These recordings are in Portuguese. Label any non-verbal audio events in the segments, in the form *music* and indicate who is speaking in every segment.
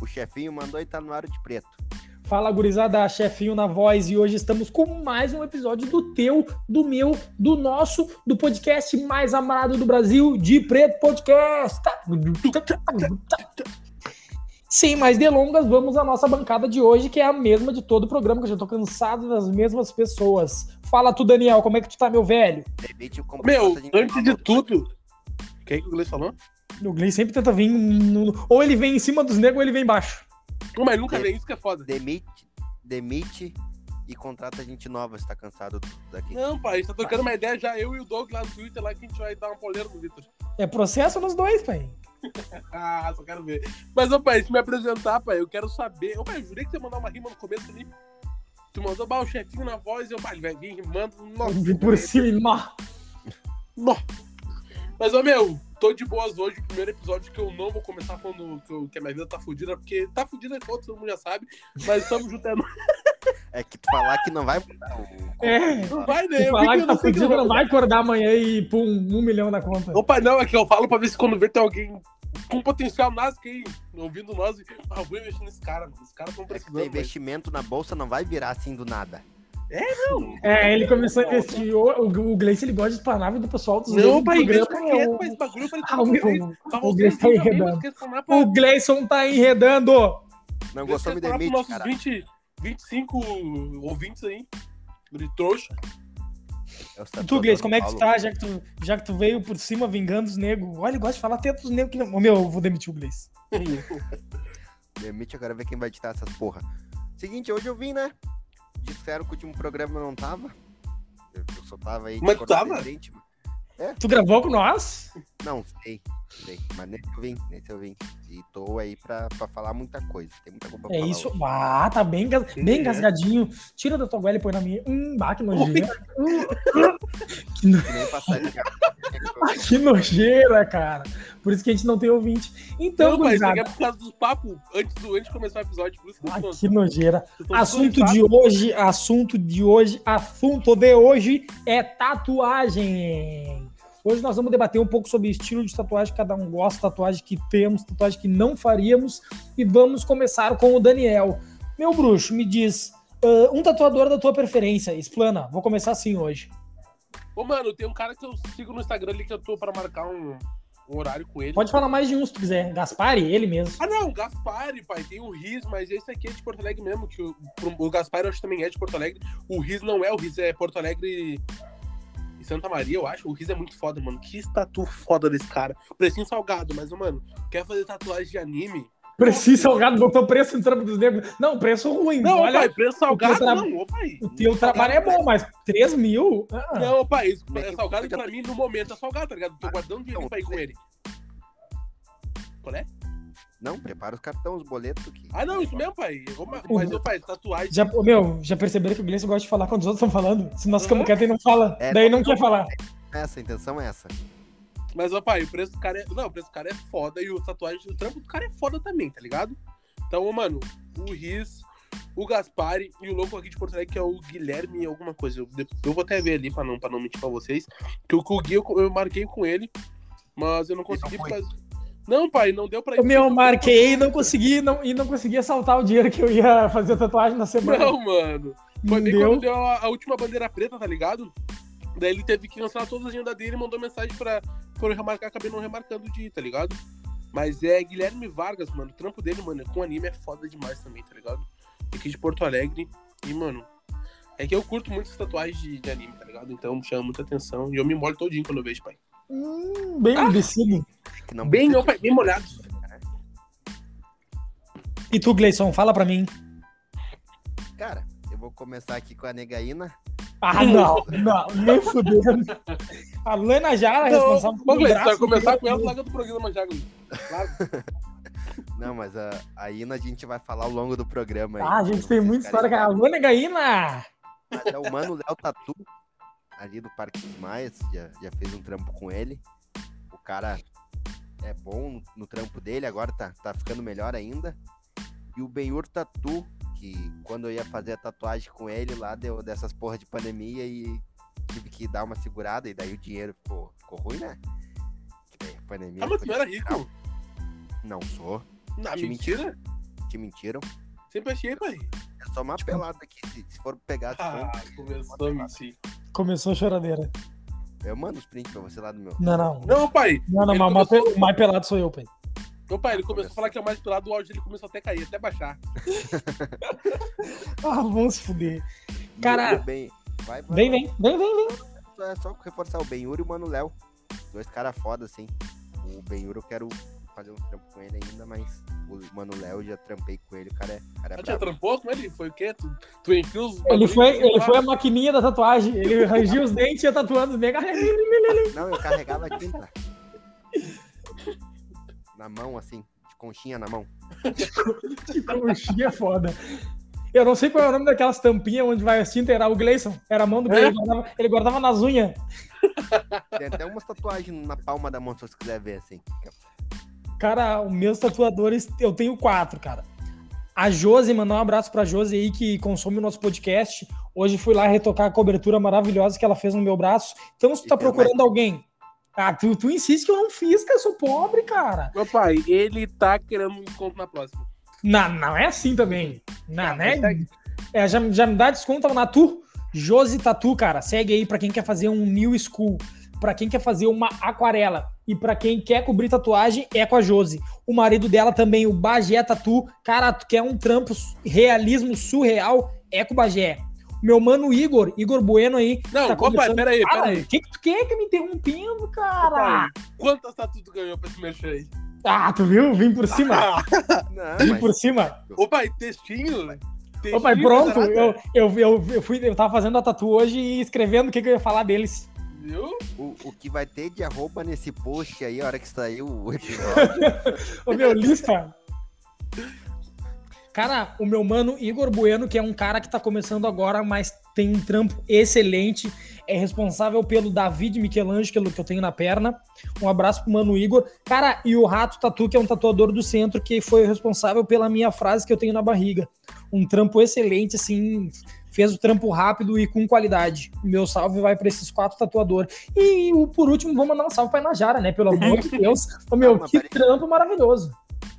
Speaker 1: O chefinho mandou e tá no aro de preto.
Speaker 2: Fala, gurizada, chefinho na voz, e hoje estamos com mais um episódio do teu, do meu, do nosso, do podcast mais amado do Brasil, de Preto Podcast. Sem mais delongas, vamos à nossa bancada de hoje, que é a mesma de todo o programa, que eu já tô cansado das mesmas pessoas. Fala tu, Daniel, como é que tu tá, meu velho?
Speaker 1: Permite o
Speaker 3: Meu,
Speaker 1: comportamento
Speaker 3: antes de
Speaker 1: tá maluco.
Speaker 3: tudo. O que é que o Gleice falou?
Speaker 2: O Glenn sempre tenta vir. no- Ou ele vem em cima dos negros ou ele vem embaixo.
Speaker 3: Não, mas nunca vem, isso que é foda.
Speaker 1: Demite, demite e contrata gente nova se tá cansado daqui.
Speaker 3: Não, pai, a gente tá tocando uma ideia já, eu e o Doug lá no Twitter, lá que a gente vai dar uma polera no Vitor.
Speaker 2: É processo nos dois, pai.
Speaker 3: Ah, só quero ver. Mas, ô, pai, se me apresentar, pai, eu quero saber. Ô, pai, eu jurei que você ia mandar uma rima no começo ali. Tu mandou bah, o chefinho na voz e eu, pai, ele vai vir rimando. Nossa,
Speaker 2: Por cima.
Speaker 3: Nó. Mas, ô meu, tô de boas hoje. O primeiro episódio que eu não vou começar falando que, eu- que a minha vida tá fudida, porque tá fudida, todo todo mundo já sabe. Mas estamos juntando.
Speaker 1: É que tu falar que não vai mudar o.
Speaker 2: É.
Speaker 3: Não vai, né?
Speaker 2: Se
Speaker 3: Eu
Speaker 2: falar
Speaker 3: vi
Speaker 2: que tá
Speaker 3: eu sei
Speaker 2: fudido,
Speaker 3: eu
Speaker 2: não vai acordar amanhã e pum, um milhão na conta.
Speaker 3: Opa, não, é que eu falo pra ver se quando vê tem alguém com potencial nasce aí, ouvindo nós, e, ah, eu vou investir nesse cara, mano. Os caras estão
Speaker 1: É que o
Speaker 3: precisando. mas-
Speaker 1: investimento na bolsa não vai virar assim do nada.
Speaker 2: É, ele começou a investir. O, o, o Gleice, ele gosta de planava do pessoal dos
Speaker 3: Não, pai, investe pra
Speaker 2: programa,
Speaker 3: quê?
Speaker 2: o-
Speaker 3: Pra esse bagulho, eu falei,
Speaker 2: Ah, o meu-
Speaker 3: pra
Speaker 2: o Gleice
Speaker 3: vocês,
Speaker 2: tá
Speaker 3: eu também, mas
Speaker 2: enredando.
Speaker 3: quero falar pra-
Speaker 2: O Gleison tá enredando.
Speaker 1: Não
Speaker 3: eu
Speaker 1: gostou,
Speaker 3: quero
Speaker 1: me
Speaker 3: falar pros
Speaker 1: demite,
Speaker 3: nossos
Speaker 1: cara.
Speaker 3: 20, 25 ouvintes aí, de
Speaker 2: *laughs*
Speaker 3: trouxa.
Speaker 1: Eu
Speaker 2: E
Speaker 1: sabia,
Speaker 2: tu, Gleice,
Speaker 1: São
Speaker 2: como é que tu
Speaker 1: Paulo.
Speaker 2: tá, já que tu, já que tu veio por cima vingando os negros? Olha, ele gosta de falar tanto dos negros que... não- Ô, Meu, eu vou demitir o Gleice.
Speaker 1: Demite, eu quero ver quem vai editar essas porra. Seguinte, hoje eu vim, né? Disseram que o último programa eu não tava. Eu, eu só tava aí. de
Speaker 3: Mas tu
Speaker 1: cortar
Speaker 3: tava?
Speaker 1: presente, mas-
Speaker 2: Tu gravou com nós?
Speaker 1: Não, sei, sei. Mas nesse eu vim, nesse eu vim. E tô aí pra, pra falar muita coisa. Tem muita coisa pra
Speaker 2: É
Speaker 1: falar
Speaker 2: isso.
Speaker 1: hoje.
Speaker 2: Ah, tá bem, engas- bem
Speaker 3: É.
Speaker 2: engasgadinho. Tira da tua goela e põe na minha. Hum, bah, que
Speaker 3: Ui.
Speaker 2: nojeira. *laughs*
Speaker 1: Que nem passarinho.
Speaker 2: Ah, que nojeira, cara. Por isso que a gente não tem ouvinte. Então,
Speaker 3: Não, mas isso aqui
Speaker 2: gurizada.
Speaker 3: é por causa dos papos antes, do, antes de começar o episódio. Por isso que
Speaker 2: Ah,
Speaker 3: eu tô-
Speaker 2: que nojeira.
Speaker 3: eu tô
Speaker 2: Assunto
Speaker 3: cansado.
Speaker 2: de hoje, assunto de hoje, assunto de hoje é tatuagem. Hoje nós vamos debater um pouco sobre estilo de tatuagem, cada um gosta, tatuagem que temos, tatuagem que não faríamos, e vamos começar com o Daniel. Meu bruxo, me diz, ah, um tatuador da tua preferência, explana, vou começar assim hoje.
Speaker 3: Ô, mano, tem um cara que eu sigo no Instagram ali que eu tô pra marcar um, um horário com ele.
Speaker 2: Pode falar mais de um se tu quiser, Gaspari, ele mesmo.
Speaker 3: Ah, não, Gaspari, pai, tem o Riz, mas esse aqui é de Porto Alegre mesmo, que o, o Gaspari eu acho que também é de Porto Alegre. O Riz não é, o Riz é Porto Alegre e Santa Maria, eu acho. O Riz é muito foda, mano. Que tatu foda desse cara. Precinho salgado, mas, ô, mano, quer fazer tatuagem de anime?
Speaker 2: Preciso salgado, botou preço no trampo dos negros. Não, preço ruim,
Speaker 3: Não,
Speaker 2: olha,
Speaker 3: pai, preço salgado
Speaker 2: o tra-
Speaker 3: não, ô, pai.
Speaker 2: o teu trabalho é bom, mas 3 mil? Ah.
Speaker 3: Não, pai, isso
Speaker 1: Como é
Speaker 3: é
Speaker 1: que
Speaker 3: salgado
Speaker 1: fica-
Speaker 3: pra mim no momento é salgado, tá ligado?
Speaker 1: Ah,
Speaker 3: Tô guardando dinheiro pra ir com ele. Qual é?
Speaker 1: Não, prepara os cartões, os boletos aqui.
Speaker 3: Ah, não, isso mesmo, pai. Ô, ma- Mas, ô, pai, tatuagem.
Speaker 2: Já, ô, meu, já perceberam que o Gleison gosta de falar quando os outros estão falando? Se nós ficamos
Speaker 3: Uhum.
Speaker 2: quietos, ele não fala.
Speaker 1: É,
Speaker 2: Daí não quer falar.
Speaker 1: Essa, a intenção é essa.
Speaker 3: Mas, ó, pai, o preço do cara é. Não, o preço do cara é foda e o tatuagem do trampo do cara é foda também, tá ligado? Então, ô, mano, o Riz, o Gaspari e o louco aqui de Porto Alegre, que é o Guilherme alguma coisa. Eu, de- eu vou até ver ali pra não, pra não mentir pra vocês. Que o, que o Gui eu, eu marquei com ele, mas eu não consegui
Speaker 1: não
Speaker 3: por
Speaker 1: foi.
Speaker 3: causa. Não, pai, não deu pra
Speaker 2: Ô, meu, marquei e não consegui, não, e não consegui assaltar o dinheiro que eu ia fazer a tatuagem na semana.
Speaker 3: Não, mano. Foi
Speaker 2: Não
Speaker 3: bem
Speaker 2: deu.
Speaker 3: quando deu a, a última bandeira preta, tá ligado? Daí ele teve que cancelar todas as agendas dele e mandou mensagem pra, pra eu remarcar, acabei não remarcando de ir, tá ligado? Mas é Guilherme Vargas, mano. O trampo dele, mano, com anime é foda demais também, tá ligado? Aqui de Porto Alegre. E, mano, é que eu curto muito essas tatuagens de, de anime, tá ligado? Então chama muita atenção. E eu me molho todinho quando eu vejo, pai.
Speaker 2: Hum, bem obsessivo.
Speaker 1: Que não
Speaker 3: Bem,
Speaker 1: precisa-
Speaker 3: não, pai, bem molhado.
Speaker 2: E tu, Gleison, fala pra mim.
Speaker 1: Cara, eu vou começar aqui com a negaína.
Speaker 2: Ah, não, não, nem fudendo. A Lana Jara, é
Speaker 3: Não,
Speaker 2: responsável
Speaker 3: Ô, Gleice, vai
Speaker 2: braço né?
Speaker 3: começar
Speaker 2: inteiro.
Speaker 3: com ela, larga do programa já, Gleice. Larga.
Speaker 1: Não, mas a, a Ina a gente vai falar ao longo do programa. aí.
Speaker 2: Ah, a gente tem
Speaker 1: Vocês
Speaker 2: muita história com
Speaker 1: ficarem-
Speaker 2: a Lana Gaína.
Speaker 1: Mas é o mano Léo Tatu, ali do Parque dos Maias, já, já fez um trampo com ele. O cara é bom no, no trampo dele, agora tá, tá ficando melhor ainda. E o Benhur Tatu, que quando eu ia fazer a tatuagem com ele lá, deu dessas porra de pandemia e tive que dar uma segurada, e daí o dinheiro ficou, ficou ruim, né? Que daí a pandemia
Speaker 3: Ah, mas
Speaker 1: foi-
Speaker 3: tu não era rico.
Speaker 1: Não sou.
Speaker 3: Não,
Speaker 1: Te
Speaker 3: mentira.
Speaker 1: te mentiram.
Speaker 3: Sempre achei, pai.
Speaker 1: É só uma pelada aqui, se, se for pegar. se
Speaker 3: Ah,
Speaker 1: for-
Speaker 3: começou a mentir.
Speaker 2: Começou a choradeira.
Speaker 1: Eu mando os prints pra você lá do meu.
Speaker 2: Não, não.
Speaker 3: Não, pai.
Speaker 2: Não, não,
Speaker 3: Ele
Speaker 2: mas o mais,
Speaker 3: começou-
Speaker 2: pe- o mais pelado sou eu, pai.
Speaker 3: Meu pai, ele começou a falar que é o mais pelado, o áudio dele começou até a cair, até baixar.
Speaker 2: Ah, vamos se fuder. Cara,
Speaker 1: Yuri, bem... vai, vai,
Speaker 2: Vem,
Speaker 1: vai.
Speaker 2: vem, vem, vem, vem.
Speaker 1: Só- É só reforçar o Benhur e o Mano Léo. Dois caras foda, assim. O Benhur eu quero fazer um trampo com ele ainda, mas o Mano Léo eu já trampei com ele. O cara é, o cara é
Speaker 3: Ah, já
Speaker 1: brabo.
Speaker 3: trampou com ele? Foi o quê? Tu, tu enfiou os.
Speaker 2: Ele
Speaker 3: bagulho
Speaker 2: foi,
Speaker 3: e
Speaker 2: ele
Speaker 3: lá.
Speaker 2: foi a maquininha da tatuagem. Ele rangia os dentes e ia tatuando os negros. *laughs*
Speaker 1: Não, eu carregava a tinta. *laughs* na mão, assim. De conchinha na mão.
Speaker 2: Que coxinha é foda. Eu não sei qual é o nome daquelas tampinhas onde vai assim, era o Gleison. Era a mão do Gleison. Ele guardava, ele guardava nas unhas.
Speaker 1: Tem até umas tatuagens na palma da mão, se você quiser ver, assim.
Speaker 2: Cara, os meus tatuadores, eu tenho quatro, cara. A Josi, mandar um abraço pra Josi aí que consome o nosso podcast. Hoje fui lá retocar a cobertura maravilhosa que ela fez no meu braço. Então, se tu tá
Speaker 1: E tem
Speaker 2: procurando alguém. Ah, tu, tu insiste que eu não fiz, cara. Eu sou pobre, cara.
Speaker 3: Meu pai, ele tá querendo um encontro na próxima. tá-
Speaker 2: Não, não é assim também. Não, né?
Speaker 3: mas segue.
Speaker 2: É, já, já me dá desconto na Tu. Josi Tatu, cara. Segue aí pra quem quer fazer um new school. Pra quem quer fazer uma aquarela. E pra quem quer cobrir tatuagem, é com a Josi. O marido dela também, o Bagé Tatu. Cara, tu quer um trampo su- realismo surreal? É com o Bagé. Meu mano Igor, Igor Bueno aí.
Speaker 3: Não,
Speaker 2: tá
Speaker 3: ô pai,
Speaker 2: começando-
Speaker 3: peraí,
Speaker 2: Cara,
Speaker 3: peraí.
Speaker 2: o que, que tu quer que me interrompendo, cara?
Speaker 3: Pai, quantas tatu tu ganhou pra esse mexer aí?
Speaker 2: Ah, tu viu? Vim por cima.
Speaker 3: Ah,
Speaker 1: Não,
Speaker 2: Vim por
Speaker 1: mas
Speaker 2: cima.
Speaker 3: ô pai, textinho?
Speaker 2: Ô,
Speaker 3: Textinho,
Speaker 2: pai, pronto,
Speaker 3: caralho.
Speaker 2: eu, eu, eu, eu, fui, eu tava fazendo a tatu hoje e escrevendo o que, que eu ia falar deles.
Speaker 3: Viu?
Speaker 1: o, o que vai ter de arroba nesse post aí, a hora que saiu o episódio. *laughs*
Speaker 2: Ô, meu, lista. Cara, o meu mano Igor Bueno, que é um cara que tá começando agora, mas tem um trampo excelente, é responsável pelo David Michelangelo que eu tenho na perna. Um abraço pro mano Igor. Cara, e o Rato Tatu, que é um tatuador do centro, que foi responsável pela minha frase que eu tenho na barriga. Um trampo excelente, assim, fez o trampo rápido e com qualidade. Meu salve vai pra esses quatro tatuadores. E o- por último, vou mandar um salve pra Najara, né? Pelo amor
Speaker 1: *laughs*
Speaker 2: de Deus. Ô, meu,
Speaker 1: Calma,
Speaker 2: que
Speaker 1: peraí.
Speaker 2: trampo maravilhoso.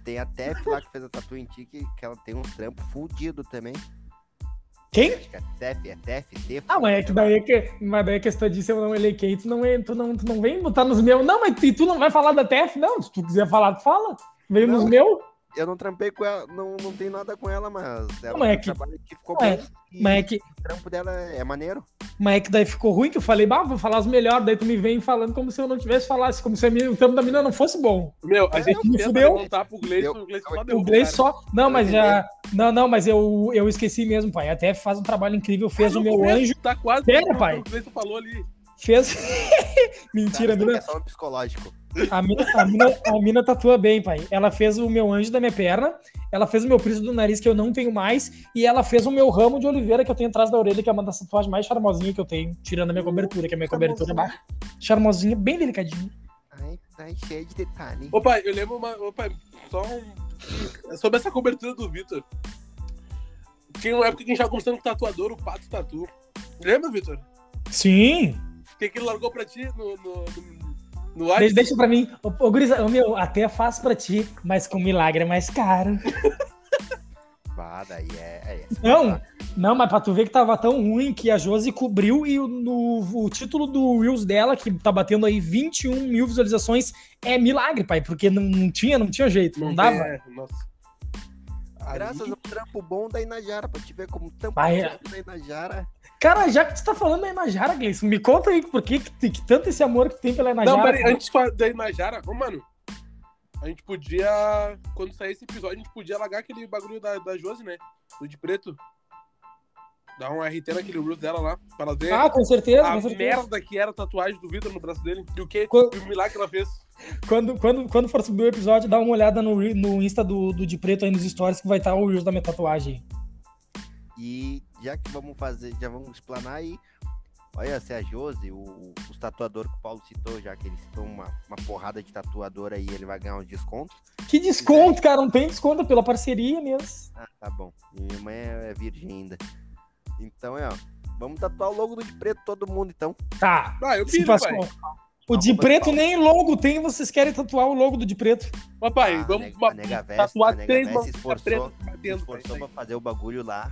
Speaker 1: Tem a Tef lá que fez a tatu em ti, que, que ela tem um trampo fudido também.
Speaker 2: Quem?
Speaker 1: Acho que é Tef, é Tef, Tef.
Speaker 2: Ah, mas é que daí é que. Mas daí a questão disso eu não elequei, tu não, é, tu não, tu não vem botar nos meus. Não, mas tu, tu não vai falar da TF, não. Se tu quiser falar, tu fala. Veio
Speaker 1: Não.
Speaker 2: nos meus.
Speaker 1: Eu não trampei com ela, não, não tem nada com ela, mas ela
Speaker 2: Não, é
Speaker 1: tem um
Speaker 2: que-
Speaker 1: trabalho que ficou
Speaker 2: não é-
Speaker 1: bom. e
Speaker 2: Mas é, que,
Speaker 1: O trampo dela é maneiro.
Speaker 2: mas é que daí ficou ruim que eu falei, bah, vou falar os melhores. Daí tu me vem falando como se eu não tivesse falado, como se a minha- o tempo da mina não fosse bom.
Speaker 3: Meu, a
Speaker 2: É,
Speaker 3: gente
Speaker 2: me
Speaker 3: tenta
Speaker 2: fudeu.
Speaker 3: montar pro Gleison,
Speaker 1: Deu.
Speaker 3: o Gleison só derruba.
Speaker 2: O Gleice
Speaker 3: cara.
Speaker 2: só. Não,
Speaker 1: Eu
Speaker 2: mas
Speaker 1: entendi.
Speaker 2: já. Não, não, mas eu, eu esqueci mesmo, pai. A TF faz um trabalho incrível, fez
Speaker 1: Ah,
Speaker 2: o
Speaker 3: Olha,
Speaker 2: meu
Speaker 3: Gleison
Speaker 2: anjo,
Speaker 3: Tá quase.
Speaker 2: Pera,
Speaker 3: derrubando
Speaker 2: pai.
Speaker 3: O Gleison falou ali.
Speaker 2: fez. *laughs* Mentira, a
Speaker 1: Cara,
Speaker 2: mina,
Speaker 1: É só um psicológico.
Speaker 2: A mina, a, mina, a mina tatua bem, pai. Ela fez o meu anjo da minha perna, ela fez o meu príncipe do nariz, que eu não tenho mais, e ela fez o meu ramo de oliveira que eu tenho atrás da orelha, que é uma das tatuagens mais charmosinhas que eu tenho, tirando a minha cobertura, que a minha cobertura é baixa. Charmosinha, bem delicadinha.
Speaker 1: Ai, ai, cheio de detalhe.
Speaker 3: Ô pai, eu lembro uma. Ô pai, só um. Sobre essa cobertura do Vitor. Tinha uma época que a gente tava conversando com o tatuador, o Pato Tatu. Lembra, Vitor?
Speaker 2: Sim!
Speaker 3: Que ele largou pra ti no. no, no, no ar.
Speaker 2: Deixa, deixa pra mim. Ô, ô, Grisa, ô, meu, até faço pra ti, mas com milagre é mais caro.
Speaker 1: Bah, daí é. é essa.
Speaker 3: Tá.
Speaker 2: Não, não, mas pra tu ver que tava tão ruim que a Josi cobriu e o, no- o título do Reels dela, que tá batendo aí 21 mil visualizações, é milagre, pai, porque não, não tinha, não tinha jeito, não dava.
Speaker 3: É, nossa.
Speaker 1: Graças
Speaker 3: Aí-
Speaker 1: ao trampo bom da Inajara, pra te ver como trampo
Speaker 2: Ah, é.
Speaker 1: bom da Inajara.
Speaker 2: Cara, já que tu tá falando da Inajara, Gleison, me conta aí por que, que, que tanto esse amor que tu tem pela Inajara.
Speaker 3: Não, peraí, antes de falar da Inajara, ô mano, a gente podia. Quando sair esse episódio, a gente podia largar aquele bagulho da, da Josi, né? Do de preto. Dar um RT naquele Reels dela lá, pra ela ver
Speaker 2: Ah, com certeza,
Speaker 3: a
Speaker 2: com certeza.
Speaker 3: merda que era a tatuagem do Vitor no braço dele. E o que?
Speaker 2: Quando-
Speaker 3: E o milagre que ela fez.
Speaker 2: Quando, quando, quando for subir o episódio, dá uma olhada no, re- no Insta do, do De Preto aí nos stories que vai estar o Reels da minha tatuagem.
Speaker 1: E já que vamos fazer, já vamos explanar aí. Olha, se a Josi, o, o- os tatuador que o Paulo citou, já que ele citou uma, uma porrada de tatuador aí, ele vai ganhar um desconto.
Speaker 2: Que desconto, cara, não tem desconto é pela parceria mesmo.
Speaker 1: Ah, tá bom. Minha mãe é, é virgem ainda. Então é, ó. Vamos tatuar o logo do de preto todo mundo, então.
Speaker 2: Tá,
Speaker 3: Ah, eu
Speaker 2: Se
Speaker 3: piro,
Speaker 2: passou.
Speaker 3: pai.
Speaker 2: O de preto nem logo tem, vocês querem tatuar o logo do de preto.
Speaker 3: Mas, pai,
Speaker 1: Ah,
Speaker 3: vamos
Speaker 1: nega-
Speaker 3: uma-
Speaker 1: a nega Vesta,
Speaker 3: tatuar
Speaker 1: a nega
Speaker 3: três
Speaker 1: Vesta se
Speaker 3: mãos
Speaker 1: esforçou.
Speaker 3: pretas. batendo. pra isso
Speaker 1: Forçou
Speaker 3: aí.
Speaker 1: pra fazer o bagulho lá,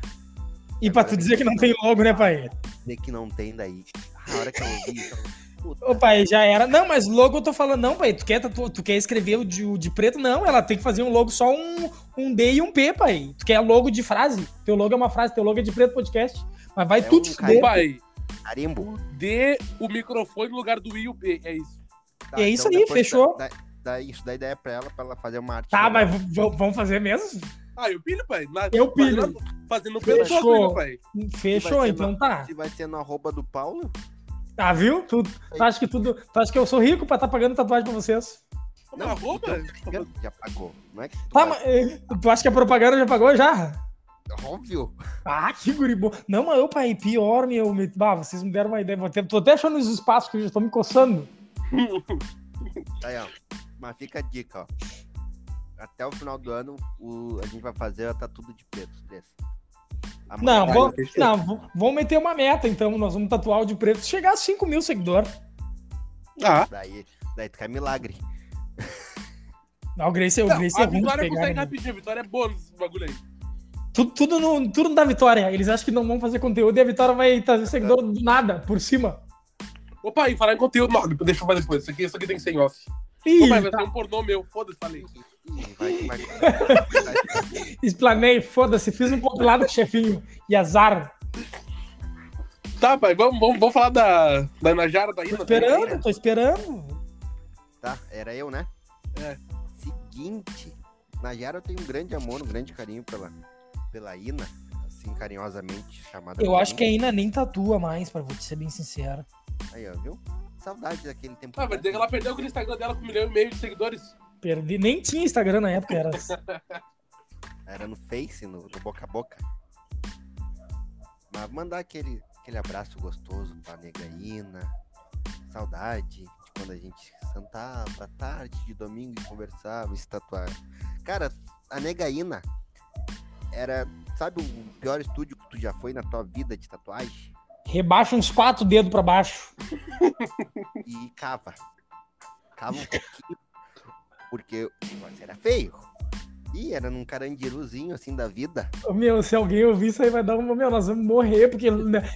Speaker 1: É,
Speaker 2: E pra tu dizer que não tem logo, né, pai?
Speaker 1: dizer que não tem daí. Ah, a hora que eu
Speaker 3: *laughs*
Speaker 1: vi, eu falei, puta,
Speaker 2: Ô, pai, já era. Não, mas logo eu tô falando, não, pai, tu quer, tatu- tu quer escrever o de, o de preto? Não, ela tem que fazer um logo só um, um D e um P, pai. Tu quer logo de frase? Teu logo é uma frase, teu logo é de preto podcast. Mas vai
Speaker 1: É
Speaker 2: tudo
Speaker 1: um
Speaker 2: fuder.
Speaker 1: cara-
Speaker 3: Pai,
Speaker 1: carimbo.
Speaker 3: dê o microfone no lugar do I e o B. É isso.
Speaker 1: Tá,
Speaker 2: É isso aí,
Speaker 1: depois
Speaker 2: fechou.
Speaker 1: Dá, dá- dá isso, dá ideia pra ela, pra ela fazer uma arte.
Speaker 2: Tá,
Speaker 1: legal.
Speaker 2: mas v- v- vamos fazer mesmo?
Speaker 3: Ah, eu pilho, pai. Na-
Speaker 2: Eu pilho.
Speaker 3: Fazendo, fazendo
Speaker 2: Fechou.
Speaker 3: pescoço ainda, pai.
Speaker 2: Fechou,
Speaker 1: ser
Speaker 2: então tá.
Speaker 1: Se vai ser no arroba do Paulo,
Speaker 2: Tá, viu? Tu, tu acha que tudo. Tu acha que eu sou rico pra tá pagando tatuagem pra vocês?
Speaker 3: Como é
Speaker 1: Não, então
Speaker 3: a roupa?
Speaker 2: então.
Speaker 1: já pagou. Não é que tu
Speaker 2: Tá,
Speaker 1: vai-
Speaker 2: mas eh, tu acha que a propaganda já pagou já?
Speaker 1: Óbvio.
Speaker 2: Ah, que guribô. Não, mas eu, pai, pior, meu. Me... Bah, vocês me deram uma ideia. Vou ter- Tô até achando os espaços que eu já tô me coçando.
Speaker 1: Tá aí, ó. Mas fica a dica, ó. Até o final do ano, o- a gente vai fazer a tatu de preto. Desse. A
Speaker 2: Não,
Speaker 1: mulher-
Speaker 2: vou-
Speaker 3: fechou.
Speaker 2: não, vou- vamos meter uma meta, então. Nós vamos tatuar o de preto. Se chegar a 5 mil seguidores.
Speaker 3: Ah,
Speaker 1: Daí, daí tu cai milagre.
Speaker 2: Não, o Grace, o
Speaker 3: não,
Speaker 2: Grace é
Speaker 3: a
Speaker 2: ruim de
Speaker 3: vitória
Speaker 2: pegar.
Speaker 3: consegue
Speaker 2: né?
Speaker 3: rapidinho. A vitória é bônus esse bagulho aí.
Speaker 2: Tudo, tudo, no, tudo da vitória. Eles acham que não vão fazer conteúdo e a vitória vai trazer seguidor do nada, por cima.
Speaker 3: Ô, pai, falar em conteúdo. Não, deixa eu falar depois. Isso aqui, isso aqui tem que ser em off. Ô,
Speaker 2: Ih,
Speaker 3: pai, vai
Speaker 2: tá.
Speaker 3: ser um pornô meu. Foda-se, falei.
Speaker 1: Ih, vai, vai, vai-
Speaker 3: *laughs*
Speaker 2: Explanei, foda-se. Fiz um compilado com o chefinho. E azar.
Speaker 3: Tá, pai, vamos, vamos, vamos falar da, da Najara, da Ina.
Speaker 2: Tô esperando, tô esperando.
Speaker 1: Tá, era eu, né?
Speaker 3: É.
Speaker 1: Seguinte, Najara eu tenho um grande amor, um grande carinho pela, pela Ina, assim carinhosamente chamada.
Speaker 2: Eu
Speaker 1: por
Speaker 2: acho
Speaker 1: mim.
Speaker 2: que é a Ina nem tatua mais, pra vou te ser bem sincero.
Speaker 1: Aí, ó, viu? Saudade daquele tempo.
Speaker 3: Ah, vai dizer que ela perdeu aquele Instagram dela com um milhão e meio de seguidores.
Speaker 2: Perdi, nem tinha Instagram na época, era.
Speaker 1: Era no Face, no, no boca a boca. Mas mandar aquele, aquele abraço gostoso pra nega Ina. Saudade de quando a gente sentava à tarde de domingo e conversava e se tatuava. Cara, a nega Ina era, sabe, o pior estúdio que tu já foi na tua vida de tatuagem?
Speaker 2: Rebaixa uns quatro dedos pra baixo.
Speaker 1: E cava. Cava um pouquinho. Porque o negócio era feio. E era num carandiruzinho assim da vida.
Speaker 2: Ô, Meu, se alguém ouvir isso aí vai dar um. Meu, nós vamos morrer, porque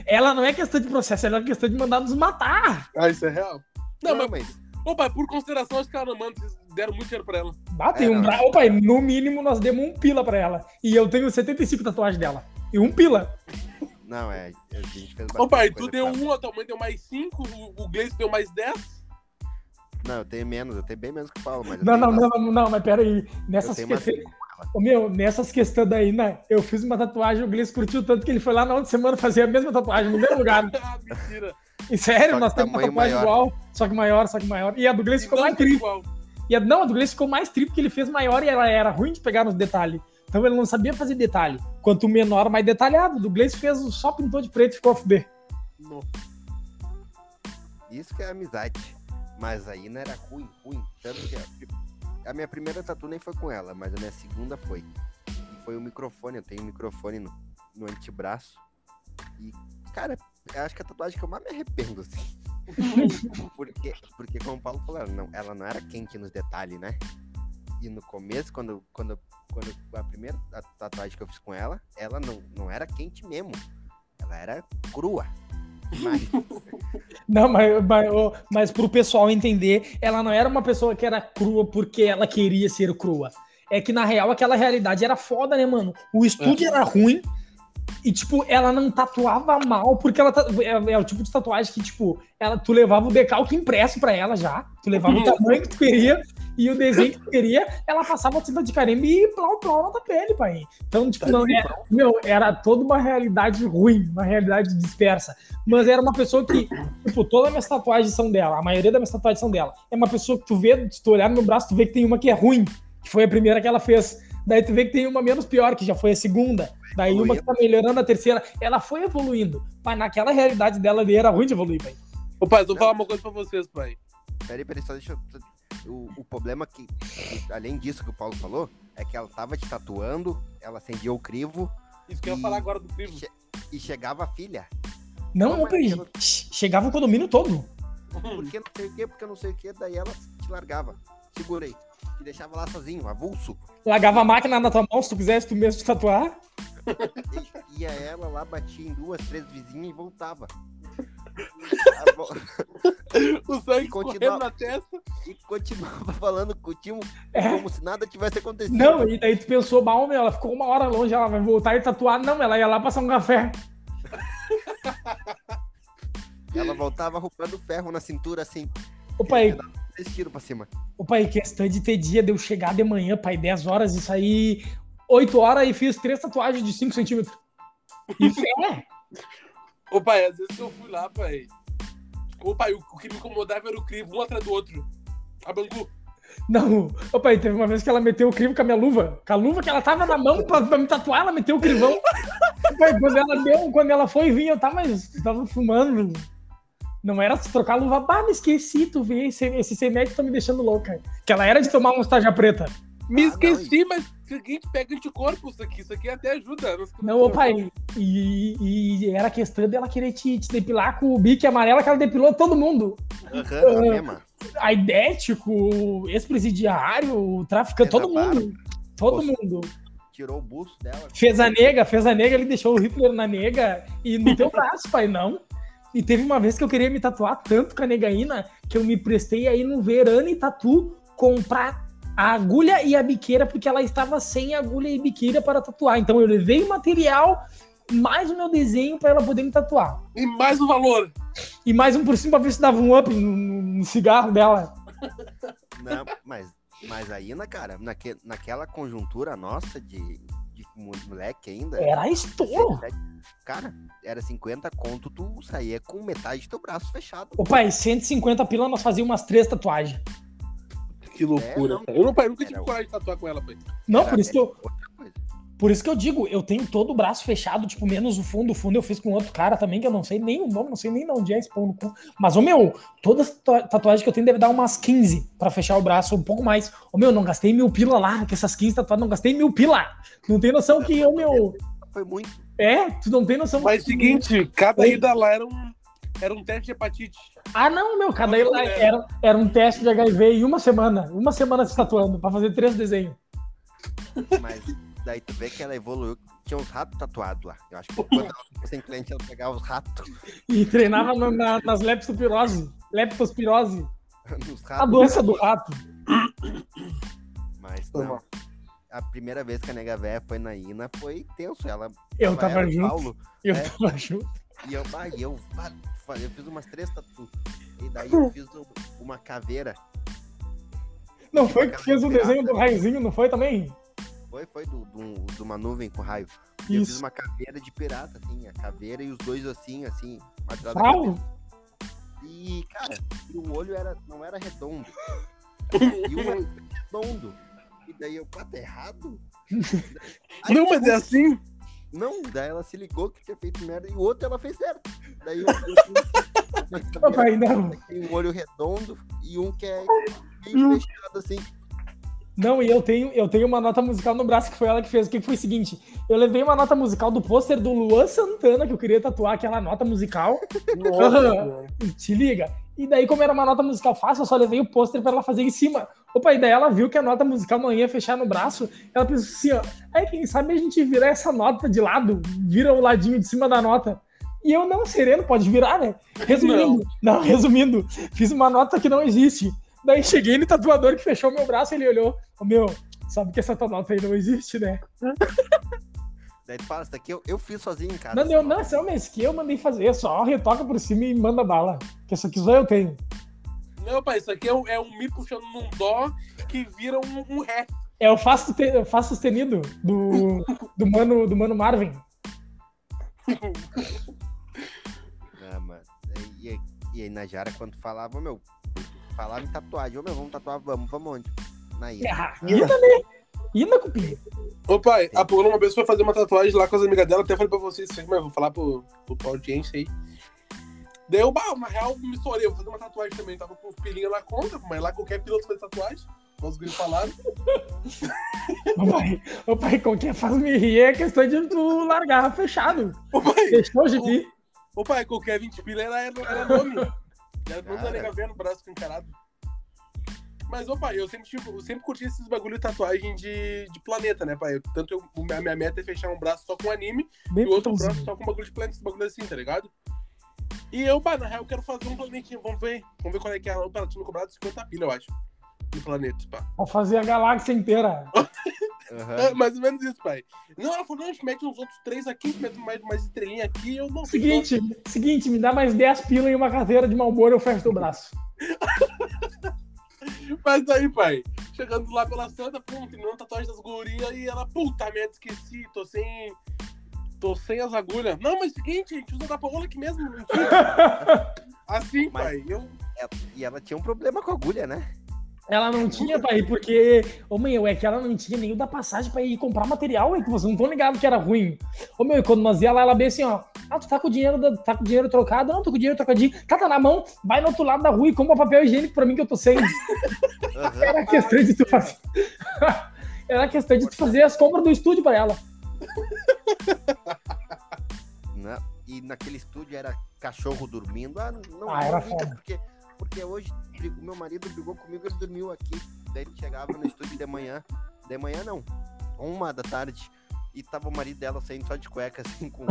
Speaker 2: ela não é questão de processo, ela é questão de mandar nos matar.
Speaker 3: Ah, isso é real? Não, mas,
Speaker 1: mas
Speaker 3: ô, pai, por consideração, acho que ela não manda. Vocês deram muito dinheiro pra ela.
Speaker 2: Bateu
Speaker 1: É, não.
Speaker 2: um bra... Opa, no mínimo nós demos um pila pra ela. E eu tenho 75 tatuagens dela. E um pila.
Speaker 1: Não, é. A gente fez
Speaker 3: Ô,
Speaker 1: bastante
Speaker 3: pai, tu
Speaker 1: coisa
Speaker 3: deu
Speaker 1: pra-
Speaker 3: um, a tua mãe deu mais cinco, o, o Gleice deu mais dez. um-
Speaker 1: Não, eu tenho menos, eu tenho bem menos que o Paulo, mas. eu
Speaker 2: Não,
Speaker 1: tenho
Speaker 2: não, não,
Speaker 1: mais-
Speaker 2: não, não, mas peraí.
Speaker 1: Eu
Speaker 2: Nessas
Speaker 1: tenho
Speaker 2: questões.
Speaker 1: mais...
Speaker 2: Ô, meu, nessas questões daí, né? Eu fiz uma tatuagem, o Gleice curtiu tanto que ele foi lá na outra semana fazer a mesma tatuagem no mesmo lugar.
Speaker 3: *laughs* ah, mentira.
Speaker 2: E sério,
Speaker 1: Só que
Speaker 2: nós temos uma
Speaker 1: tamanho
Speaker 2: tatuagem
Speaker 1: maior.
Speaker 2: igual, só que maior, só que maior. E a do Gleice ficou
Speaker 3: Não,
Speaker 2: mais triste.
Speaker 3: Então é igual.
Speaker 2: E a, não, a do Gleice ficou mais tri porque ele fez maior e ela era ruim de pegar nos detalhes. Então ele não sabia fazer detalhe. Quanto menor, mais detalhado. O do Gleice fez o- só pintou de preto e ficou a fuder.
Speaker 3: Não.
Speaker 1: Isso que é amizade. Mas aí não era ruim, ruim. Tanto que a- a minha primeira tatu nem foi com ela, mas a minha segunda foi. E foi o microfone, eu tenho um microfone no, no antebraço. E, cara, eu acho que a tatuagem que eu mais me arrependo, assim. porque, porque, como o Paulo falou, ela não, ela não era quente nos detalhes, né? E no começo, quando, quando, quando a primeira ta- tatuagem que eu fiz com ela, ela não, não era quente mesmo. Ela era crua. Mas
Speaker 2: Não, mas, mas, ô, mas pro pessoal entender, ela não era uma pessoa que era crua porque ela queria ser crua. É que, na real, aquela realidade era foda, né, mano? O estúdio era ruim e, tipo, ela não tatuava mal porque ela ta- é, é o tipo de tatuagem que, tipo, ela, tu levava o decalque impresso pra ela já, tu levava o tamanho que tu queria e o desenho que tu queria, ela passava a tinta de carimbo e plau, plau, na tua pele, pai. Então, tipo, não era, meu, era toda uma realidade ruim, uma realidade dispersa. Mas era uma pessoa que Tipo, todas as minhas tatuagens são dela. A maioria das minhas tatuagens são dela. É uma pessoa que tu vê, se tu olhar no meu braço, tu vê que tem uma que é ruim, que foi a primeira que ela fez. Daí tu vê que tem uma menos pior, que já foi a segunda. Daí uma que tá melhorando a terceira. Ela foi evoluindo. Mas naquela realidade dela ali era ruim de evoluir, velho.
Speaker 3: Ô, pai, eu vou
Speaker 1: Não.
Speaker 3: falar uma coisa pra vocês, pai.
Speaker 1: Peraí, peraí, só deixa eu. só- O, o problema que, que, além disso que o Paulo falou, é que ela tava te tatuando, ela acendia o crivo
Speaker 3: Isso que eu ia
Speaker 1: Ih.
Speaker 3: falar agora do crivo.
Speaker 1: Che- e chegava a filha. Não,
Speaker 2: Não,
Speaker 1: mas
Speaker 2: opa,
Speaker 1: eu-
Speaker 2: che- chegava o condomínio todo.
Speaker 1: Porque não sei o quê, porque não sei o quê, daí ela te largava. Segurei. E deixava lá sozinho, avulso.
Speaker 2: Largava a máquina na tua mão se tu quisesse tu mesmo te tatuar.
Speaker 1: E- Ia ela lá, batia em duas, três vizinhas e voltava.
Speaker 3: *laughs* O sangue
Speaker 1: E continua-
Speaker 3: correndo na testa.
Speaker 1: E continuava falando com o time
Speaker 2: É.
Speaker 1: como se nada tivesse acontecido.
Speaker 2: Não, e daí tu pensou, mal, meu, ela ficou uma hora longe, ela vai voltar e tatuar. Não, ela ia lá passar um café.
Speaker 1: Ela voltava roubando ferro na cintura, assim,
Speaker 2: Ô, pai,
Speaker 1: três tiros pra cima.
Speaker 2: ô, pai, questão de ter dia de eu chegar de manhã, pai, 10 horas e sair 8 horas e fiz três tatuagens de 5 centímetros. Isso é.
Speaker 3: Ô, pai, às vezes que eu fui lá, pai. Ô, pai, o o que me incomodava era o crivo, um atrás do outro. A Bangu.
Speaker 2: Não, ô pai, teve uma vez que ela meteu o crivo com a minha luva. Com a luva que ela tava na mão pra, pra me tatuar, ela meteu o crivão. Pai, quando ela deu, quando ela foi vir, eu tava, mas tu tava fumando. Não era se trocar a luva. Bah, me esqueci, tu vê, esse, esses remédios estão me deixando louca. Que ela era de tomar uma estágia preta.
Speaker 3: Me
Speaker 1: Ah,
Speaker 3: esqueci, mas seguinte, pega anticorpos isso aqui. Isso aqui até ajuda.
Speaker 2: Não, ô pai, e, e- e era questão dela querer te, te depilar com o bique amarelo que ela depilou todo mundo.
Speaker 1: Aham, a mesma.
Speaker 2: Aidético, ex-presidiário, traficante, todo
Speaker 1: Ex-avaro.
Speaker 2: mundo. Todo
Speaker 1: Poxa.
Speaker 2: mundo.
Speaker 1: Tirou o buço dela.
Speaker 2: Fez a nega, fez a nega, ele deixou o Hitler na nega e no teu braço, pai, não. E teve uma vez que eu queria me tatuar tanto com a negaína que eu me prestei aí no Verane Tatu comprar a agulha e a biqueira, porque ela estava sem agulha e biqueira para tatuar. Então eu levei o material, mais o meu desenho para ela poder me tatuar.
Speaker 3: E mais um valor.
Speaker 2: E mais um por cima pra ver se dava um up no, no- no cigarro dela.
Speaker 1: Não, mas, mas aí, na cara, naque, naquela conjuntura nossa de, de mo- moleque ainda.
Speaker 2: Era estouro.
Speaker 1: Cara, era 50 conto, tu saía com metade do teu braço fechado.
Speaker 2: Ô pai, 150 pila nós fazíamos umas três tatuagens.
Speaker 3: Que loucura.
Speaker 1: É, não.
Speaker 3: cara. Eu, não, pai, eu nunca
Speaker 1: Era
Speaker 3: tive
Speaker 1: o-
Speaker 3: coragem de tatuar com ela, pai.
Speaker 2: Não,
Speaker 1: Era
Speaker 2: por isso que eu,
Speaker 1: é outra coisa.
Speaker 2: Por isso que eu digo, eu tenho todo o braço fechado, tipo, menos o fundo. O fundo eu fiz com outro cara também, que eu não sei nem o nome, não sei nem de onde é esse pão no cu. Mas, ô meu, toda tatua- tatuagem que eu tenho deve dar umas 15 pra fechar o braço, um pouco mais. Ô meu, não gastei mil pila lá, que essas 15 tatuagens, não gastei mil pila. Não tem noção que eu, meu.
Speaker 1: Foi muito.
Speaker 2: É, tu não tem noção.
Speaker 3: Mas seguinte, cada
Speaker 2: Oi.
Speaker 3: ida lá era um, era um teste de hepatite.
Speaker 2: Ah, não, meu, cada ele lá era, era um teste de HIV em uma semana. Uma semana se tatuando, pra fazer três desenhos.
Speaker 1: Mas daí tu vê que ela evoluiu. Tinha uns ratos tatuados lá. Eu acho que quando ela ficou sem cliente, ela pegava os ratos. *laughs*
Speaker 2: E treinava na- na- nas leptospirose. Leptospirose.
Speaker 1: Os
Speaker 2: A
Speaker 1: ratos.
Speaker 2: doença do rato.
Speaker 1: Mas
Speaker 3: Foi
Speaker 1: não.
Speaker 3: mal.
Speaker 1: A primeira vez que a nega véia foi na Ina foi tenso. Ela
Speaker 2: Eu
Speaker 1: ela
Speaker 2: tava
Speaker 1: era o
Speaker 2: junto.
Speaker 1: Paulo,
Speaker 2: Eu
Speaker 1: É.
Speaker 2: tava junto.
Speaker 1: e eu, ah, e eu, ah, fa- eu fiz umas três tatu. E daí eu fiz um- uma caveira.
Speaker 2: Não foi que fez o desenho do raiozinho, não foi também?
Speaker 1: Foi, foi do, do- de uma nuvem com raio. E eu
Speaker 2: Isso.
Speaker 1: fiz uma caveira de pirata, assim, a caveira e os dois assim, assim, atrás da
Speaker 2: Pau?
Speaker 1: E, cara, e o olho era, não era redondo. E o olho era redondo. E daí eu, pá, tá errado? Aí,
Speaker 3: não, mas é assim.
Speaker 1: Não, daí ela se ligou que tinha feito merda e o outro ela fez certo. Daí eu, eu fiz-
Speaker 2: Papai, não.
Speaker 1: tem um olho redondo e um
Speaker 2: *laughs*
Speaker 1: que é
Speaker 3: Hum.
Speaker 1: bem fechado assim.
Speaker 2: Não, e eu tenho, eu tenho uma nota musical no braço que foi ela que fez. O que foi o seguinte: eu levei uma nota musical do pôster do Luan Santana, que eu queria tatuar aquela nota musical.
Speaker 3: Nossa,
Speaker 2: E Te liga. E daí, como era uma nota musical fácil, eu só levei o pôster pra ela fazer em cima. Opa, e daí ela viu que a nota musical não ia fechar no braço. Ela pensou assim, ó. Aí quem sabe a gente virar essa nota de lado, vira o ladinho de cima da nota. E eu não, sereno, pode virar, né? Resumindo, não, resumindo, fiz uma nota que não existe. Daí cheguei no tatuador que fechou meu braço, ele olhou, ô meu, sabe que essa tua nota aí não existe, né?
Speaker 1: Daí tu fala, isso daqui eu, eu fiz sozinho em casa. assim,
Speaker 2: Não, deu, não, essa é uma que eu mandei fazer, só retoca por cima e manda bala. Que essa aqui só eu tenho.
Speaker 3: Não, pai, isso aqui é um, é um mi puxando num dó que vira um, um ré.
Speaker 2: É o Fá Sute- o Fá Sustenido do, do, mano, do Mano Marvin.
Speaker 1: Ah, mas- e, e- e aí na Jara, quando falava, ô, meu, falava em tatuagem, ô meu, vamos tatuar, vamos, vamos onde? Na ilha.
Speaker 2: Ah, Ina, né? Ina Cupim.
Speaker 3: Ô, pai, a Paola uma vez foi fazer uma tatuagem lá com as amigas dela. Até falei pra vocês, isso aí, mas vou falar pro, pro, pra audiência aí. Daí eu, bah, na real, me sorei, vou fazer uma tatuagem também. Tava com pilinha na conta, mas lá qualquer piloto faz tatuagem. Os gringos falaram.
Speaker 2: Ô pai, ô pai, qualquer faz me rir é questão de tu largar fechado.
Speaker 3: Ô, pai,
Speaker 2: Fechou o gibi.
Speaker 3: Ô pai, qualquer 20 pila era, era nome. Era nome da
Speaker 1: Cara.
Speaker 3: nega velha no braço com encarado. Mas, opa, eu sempre, tipo, eu sempre curti esses bagulho de tatuagem de, de planeta, né, pai? Eu- tanto eu- a minha meta é fechar um braço só com anime
Speaker 2: Bem
Speaker 3: e o outro
Speaker 2: botãozinho.
Speaker 3: braço só com bagulho de planeta, esse bagulho assim, tá ligado? E eu, pá, na real, eu quero fazer um planetinho, vamos ver. Vamos ver qual é que é. O Pela tinha me cobrado 50 pila, eu acho. No planeta, pá.
Speaker 2: Pra fazer a galáxia inteira.
Speaker 3: É,
Speaker 1: Aham.
Speaker 3: mais ou menos isso, pai. Não, ela falou, não, a gente mete uns outros três aqui, mete mais, mais estrelinha aqui, eu não sei.
Speaker 2: Seguinte, seguinte, me dá mais 10 pila e uma carteira de Malboro, eu fecho teu braço.
Speaker 3: Mas aí, pai, chegando lá pela Santa, pum, terminando a tatuagem das gurias e ela, puta merda, esqueci, tô sem. tô sem as agulhas. Não, mas seguinte, a gente usa da Paola aqui mesmo,
Speaker 1: *laughs*
Speaker 3: mentira. Assim,
Speaker 1: Mas-
Speaker 3: pai, eu.
Speaker 1: E ela tinha um problema com a agulha, né?
Speaker 2: Ela não tinha pra ir, porque. Ô meu, é que ela não tinha nem o da passagem pra ir comprar material, é que vocês não estão ligados que era ruim. Ô meu, e quando nós ia lá, ela bem assim, ó. Ah, tu tá com o dinheiro, da- tá com o dinheiro trocado? Não, tô com o dinheiro trocadinho. Tá, tá na mão, vai no outro lado da rua e compra papel higiênico pra mim que eu tô sem. *laughs*
Speaker 1: Aham.
Speaker 2: Era questão de tu fazer. *laughs* Era questão de tu fazer as compras do estúdio pra ela.
Speaker 1: Na- né? E naquele estúdio era cachorro dormindo. Ah, não,
Speaker 2: Ah, era
Speaker 1: não liga,
Speaker 2: foda.
Speaker 1: porque, porque hoje brigo- meu marido brigou comigo, ele dormiu aqui. Daí ele chegava no estúdio de manhã. De manhã não. Uma da tarde. E tava o marido dela saindo só de cueca, *laughs* assim, com
Speaker 2: O,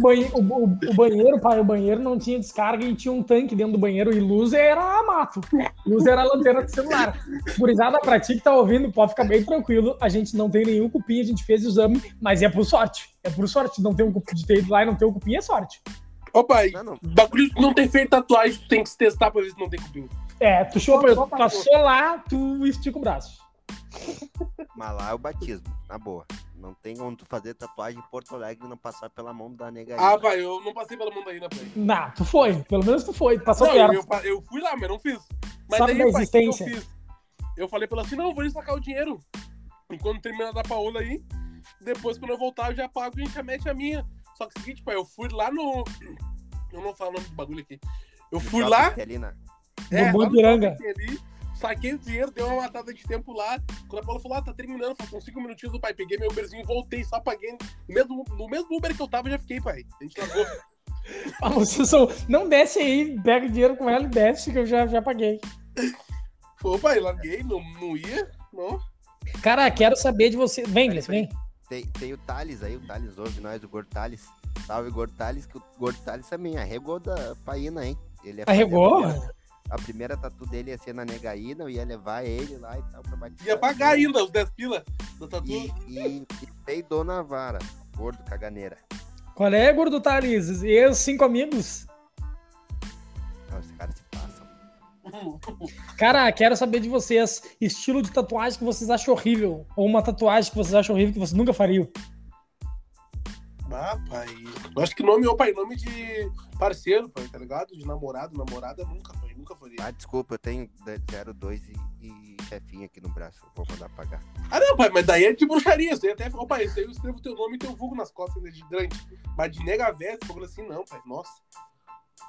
Speaker 2: banhe- o- o- o banheiro, pai, o banheiro não tinha descarga e tinha um tanque dentro do banheiro e luz era mato. Luz era a lanterna do celular. Gurizada, pra ti que tá ouvindo, pode ficar bem tranquilo. A gente não tem nenhum cupim, a gente fez o exame, mas é por sorte. É por sorte. Não tem um cupim de ter ido lá e não ter um cupim é sorte.
Speaker 3: Ô, pai,
Speaker 1: Não, não.
Speaker 3: bagulho não tem feito tatuagem, tu tem que se testar pra ver se não tem cupim.
Speaker 2: É, tu chupa, tu passou lá, tu estica o braço.
Speaker 1: Mas lá é o batismo, na boa. Não tem onde tu fazer tatuagem em Porto Alegre e não passar pela mão da nega
Speaker 3: Ah,
Speaker 1: aí.
Speaker 3: pai, eu não passei pela mão ainda, pai.
Speaker 2: Não, tu foi. Pelo menos tu foi, tu passou
Speaker 3: Não, eu,
Speaker 2: perto.
Speaker 3: eu, pa- eu fui lá, mas não fiz. Mas
Speaker 2: Sabe
Speaker 3: aí,
Speaker 2: da
Speaker 3: pai, o que que eu
Speaker 2: existência?
Speaker 3: fiz? Eu falei pra ela assim, não, vou lhe sacar o dinheiro. Enquanto terminar da Paola aí, depois quando eu voltar eu já pago e a gente já mete a minha. Só que é o seguinte, pai, eu fui lá no... Eu não falo o nome do bagulho aqui. Eu fui lá,
Speaker 1: Ali na...
Speaker 2: No
Speaker 3: é, lá
Speaker 2: Bom
Speaker 3: no
Speaker 2: Ipiranga.
Speaker 3: shopping ali, saquei o dinheiro, dei uma matada de tempo lá. Quando a Paola falou, ah, tá terminando, faltam cinco minutinhos, o pai, peguei meu Uberzinho, voltei, só paguei. No mesmo, no mesmo Uber que eu tava, eu já fiquei, pai. A gente largou.
Speaker 2: Ah, vocês são- Não desce aí, pega o dinheiro com ela e desce, que eu já, já paguei.
Speaker 3: Pô, pai, larguei, não, não ia, não.
Speaker 2: Cara, quero saber de você. Vem, Inglês, vem.
Speaker 1: Tem, tem o Thales aí, o Thales ouve nós, o Gordo Thales. Salve, Gordo Thales, que o Gordo Thales também arregou da paína, hein? Ele ia fazer
Speaker 2: Arregou?
Speaker 1: A primeira, a primeira tatu dele ia ser na negaína, eu ia levar ele lá e tal pra batizar.
Speaker 3: Ia pagar tá ainda os 10 pila da tatu.
Speaker 1: E, e, e peidou na vara, gordo caganeira.
Speaker 2: Qual é, gordo Thales? E os cinco amigos?
Speaker 1: Não, esse cara se passa.
Speaker 2: Cara, quero saber de vocês. Estilo de tatuagem que vocês acham horrível. Ou uma tatuagem que vocês acham horrível que vocês nunca fariam.
Speaker 3: *laughs* Ah, pai. Eu acho que nome, ô pai, nome de parceiro, pai, tá ligado? De namorado, namorada, nunca, pai, nunca faria.
Speaker 1: Ah, desculpa, eu tenho 02 e, e chefinho aqui no braço. Vou mandar pagar.
Speaker 3: Ah, não, pai, mas daí é de bruxaria. Isso aí até. Ô, pai, isso aí eu escrevo teu nome e teu vulgo nas costas ainda de grande. Mas de nega velha, esse bagulho assim, não, pai. Nossa.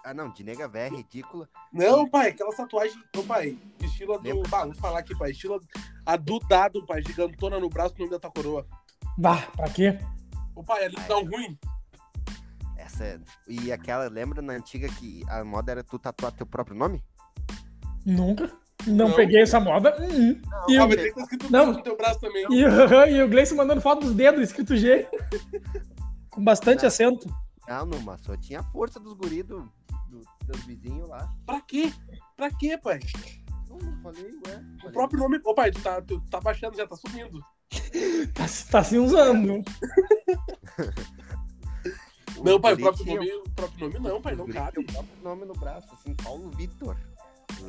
Speaker 1: Ah, não, de nega véia, ridícula.
Speaker 3: Não, pai, aquela tatuagem, ô, pai, estilo do.
Speaker 1: Lembra?
Speaker 3: Bah, vou falar aqui, pai. Estilo a do dado, pai, gigantona no braço, o nome da tua coroa.
Speaker 2: Bah, pra quê?
Speaker 3: Ô, pai, ali dá um ruim.
Speaker 1: Essa é... E aquela, lembra na antiga que a moda era tu tatuar teu próprio nome?
Speaker 2: Nunca. Não,
Speaker 3: Não.
Speaker 2: peguei essa moda. Uhum. E,
Speaker 3: Ah,
Speaker 2: o-
Speaker 3: mas tem que estar escrito
Speaker 2: Não.
Speaker 3: no teu braço também.
Speaker 2: e o- e o Gleison mandando foto dos dedos, escrito G. Com bastante
Speaker 1: Não.
Speaker 2: acento.
Speaker 1: Não, Ah, numa só tinha a força dos guris do, do, dos vizinhos lá.
Speaker 3: Pra quê? Pra quê, pai?
Speaker 1: Não, não falei, ué. Falei,
Speaker 3: O próprio nome. Ô, pai, tu tá, tu tá baixando, já tá subindo.
Speaker 2: Tá, tá se usando.
Speaker 1: os
Speaker 3: Não, pai, o
Speaker 1: guri
Speaker 3: próprio
Speaker 1: tinha-
Speaker 3: nome. O próprio nome não, pai,
Speaker 1: os
Speaker 3: não
Speaker 1: guri
Speaker 3: cabe.
Speaker 1: tinha O próprio nome no braço, assim, Paulo Vitor.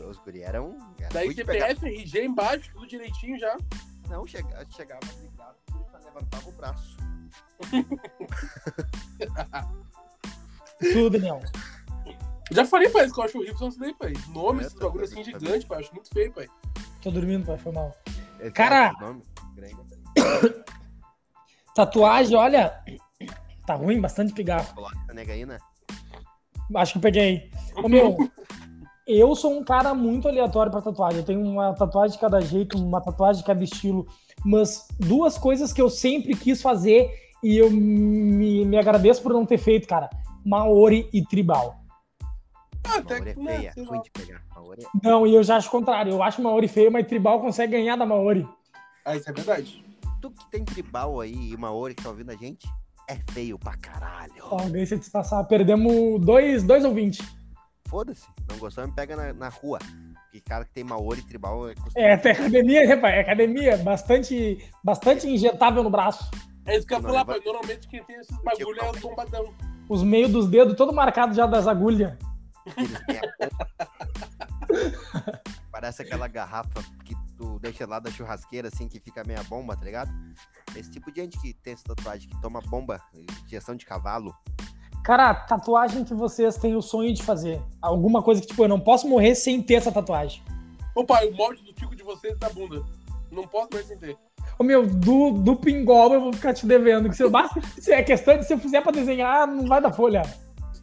Speaker 1: Os guris eram. era
Speaker 3: Daí
Speaker 1: ruim de pegar.
Speaker 3: CPF, RG embaixo, tudo direitinho já.
Speaker 1: Não, chega, chegava ligado, ele levantava o braço.
Speaker 2: Tudo, Daniel.
Speaker 3: Já falei, pai, isso que eu acho horrível, são isso daí, pai. Nome,
Speaker 1: É,
Speaker 3: esses
Speaker 1: tá,
Speaker 3: bagulho
Speaker 1: tá,
Speaker 3: assim
Speaker 1: tá, tá.
Speaker 3: gigante, pai, acho muito feio, pai.
Speaker 2: Tô dormindo, pai, foi mal.
Speaker 1: Esse
Speaker 2: Cara!
Speaker 1: era o nome grande.
Speaker 2: Tatuagem, olha. Tá ruim, bastante pigarro.
Speaker 1: Coloca né, Gaína?
Speaker 2: Acho que eu peguei. Ô, meu, eu sou um cara muito aleatório pra tatuagem. Eu tenho uma tatuagem de cada jeito, uma tatuagem de cada estilo. Mas duas coisas que eu sempre quis fazer e eu me, me agradeço por não ter feito, cara. Maori e tribal.
Speaker 3: Até
Speaker 1: Maori é
Speaker 3: que, né,
Speaker 1: feia,
Speaker 3: sei lá.
Speaker 1: ruim de pegar. Maori é-
Speaker 2: Não, e eu já acho o contrário. Eu acho Maori feio, mas Tribal consegue ganhar da Maori.
Speaker 3: Ah, isso é verdade.
Speaker 1: Tu que tem tribal aí e Maori que tá ouvindo a gente, é feio pra caralho.
Speaker 2: Ó, ganhei se passar. Perdemos dois, dois ouvintes.
Speaker 1: Foda-se, não gostou, me pega na, na rua. Porque cara que tem Maori e tribal é
Speaker 2: É,
Speaker 1: costumado.
Speaker 2: até academia, *laughs* rapaz. É academia, bastante, bastante injetável no braço.
Speaker 3: É isso que eu ia
Speaker 1: Não,
Speaker 3: falar,
Speaker 1: ele vai-
Speaker 3: pai. Normalmente quem tem esses
Speaker 1: Tipo,
Speaker 3: bagulho é o tombadão.
Speaker 2: Os meios dos dedos todo marcado já das agulhas.
Speaker 1: Eles têm a bomba. é Parece aquela garrafa que tu deixa lá da churrasqueira, assim, que fica meia bomba, tá ligado? Esse tipo de gente que tem essa tatuagem, que toma bomba, injeção de cavalo.
Speaker 2: Cara, tatuagem que vocês têm o sonho de fazer. Alguma coisa que, tipo, eu não posso morrer sem ter essa tatuagem.
Speaker 3: Ô, pai, o molde do tico de vocês é da bunda. Não posso mais entender.
Speaker 2: Ô, meu, do, do pingol eu vou ficar te devendo. Que se, eu, *laughs* se é questão de se eu fizer pra desenhar, não vai dar folha.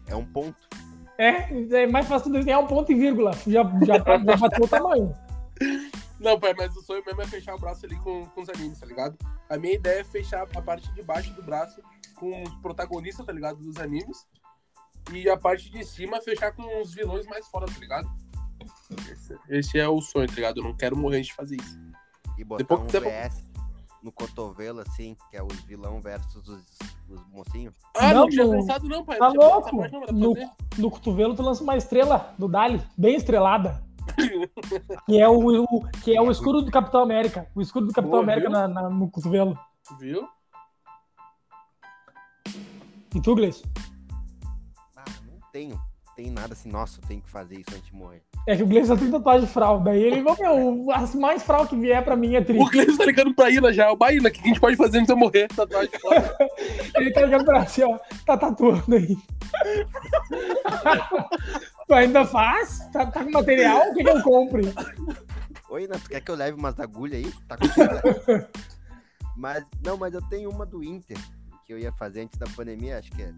Speaker 1: É um ponto.
Speaker 2: É, é mais fácil tu desenhar um ponto e vírgula. Já, já, tá-
Speaker 3: *laughs*
Speaker 2: já bateu o tamanho.
Speaker 3: Não, pai, mas o sonho mesmo é fechar o braço ali com, com os animes, tá ligado? A minha ideia é fechar a parte de baixo do braço com os protagonistas, tá ligado? Dos animes. E a parte de cima é fechar com os vilões mais fora, tá ligado? Esse, esse é o sonho, tá ligado? Eu não quero morrer de fazer isso.
Speaker 1: E botar
Speaker 3: Depois
Speaker 1: um
Speaker 3: que você-
Speaker 1: VS no cotovelo, assim, que é os vilão versus os, os mocinhos.
Speaker 3: Ah, não,
Speaker 2: Não,
Speaker 3: tinha
Speaker 2: não.
Speaker 3: pensado não, pai.
Speaker 2: Tá
Speaker 3: não tinha pensado
Speaker 2: louco?
Speaker 3: nessa parte, não, dá pra
Speaker 2: No-
Speaker 3: fazer.
Speaker 2: no cotovelo tu lança uma estrela do Dali, bem estrelada. Que é o, o- que é o escudo do Capitão América. O escudo do Capitão
Speaker 3: Boa,
Speaker 2: América
Speaker 3: viu?
Speaker 2: na- na- no cotovelo.
Speaker 3: Viu?
Speaker 2: E tu, Gleice?
Speaker 1: Ah, não tenho. Tem nada assim, nossa, eu tenho que fazer isso antes de morrer.
Speaker 2: É que o Gleice só tem tatuagem de fralda. E ele, ô, meu, as mais fraldas que vier pra mim é
Speaker 3: O
Speaker 2: triste.
Speaker 3: Gleison tá ligando pra Ina já. O Baína, o que a gente pode fazer antes de eu morrer? Tá, Tatuagem fora.
Speaker 2: Ele tá olhando pra si, ó. Tá tatuando aí. *laughs* tu ainda faz? Tá, tá com material? O que, que eu compre?
Speaker 1: Oi, Nath, quer que eu leve umas agulhas aí? Tá com- mas, não, mas eu tenho uma do Inter, que eu ia fazer antes da pandemia, acho que é.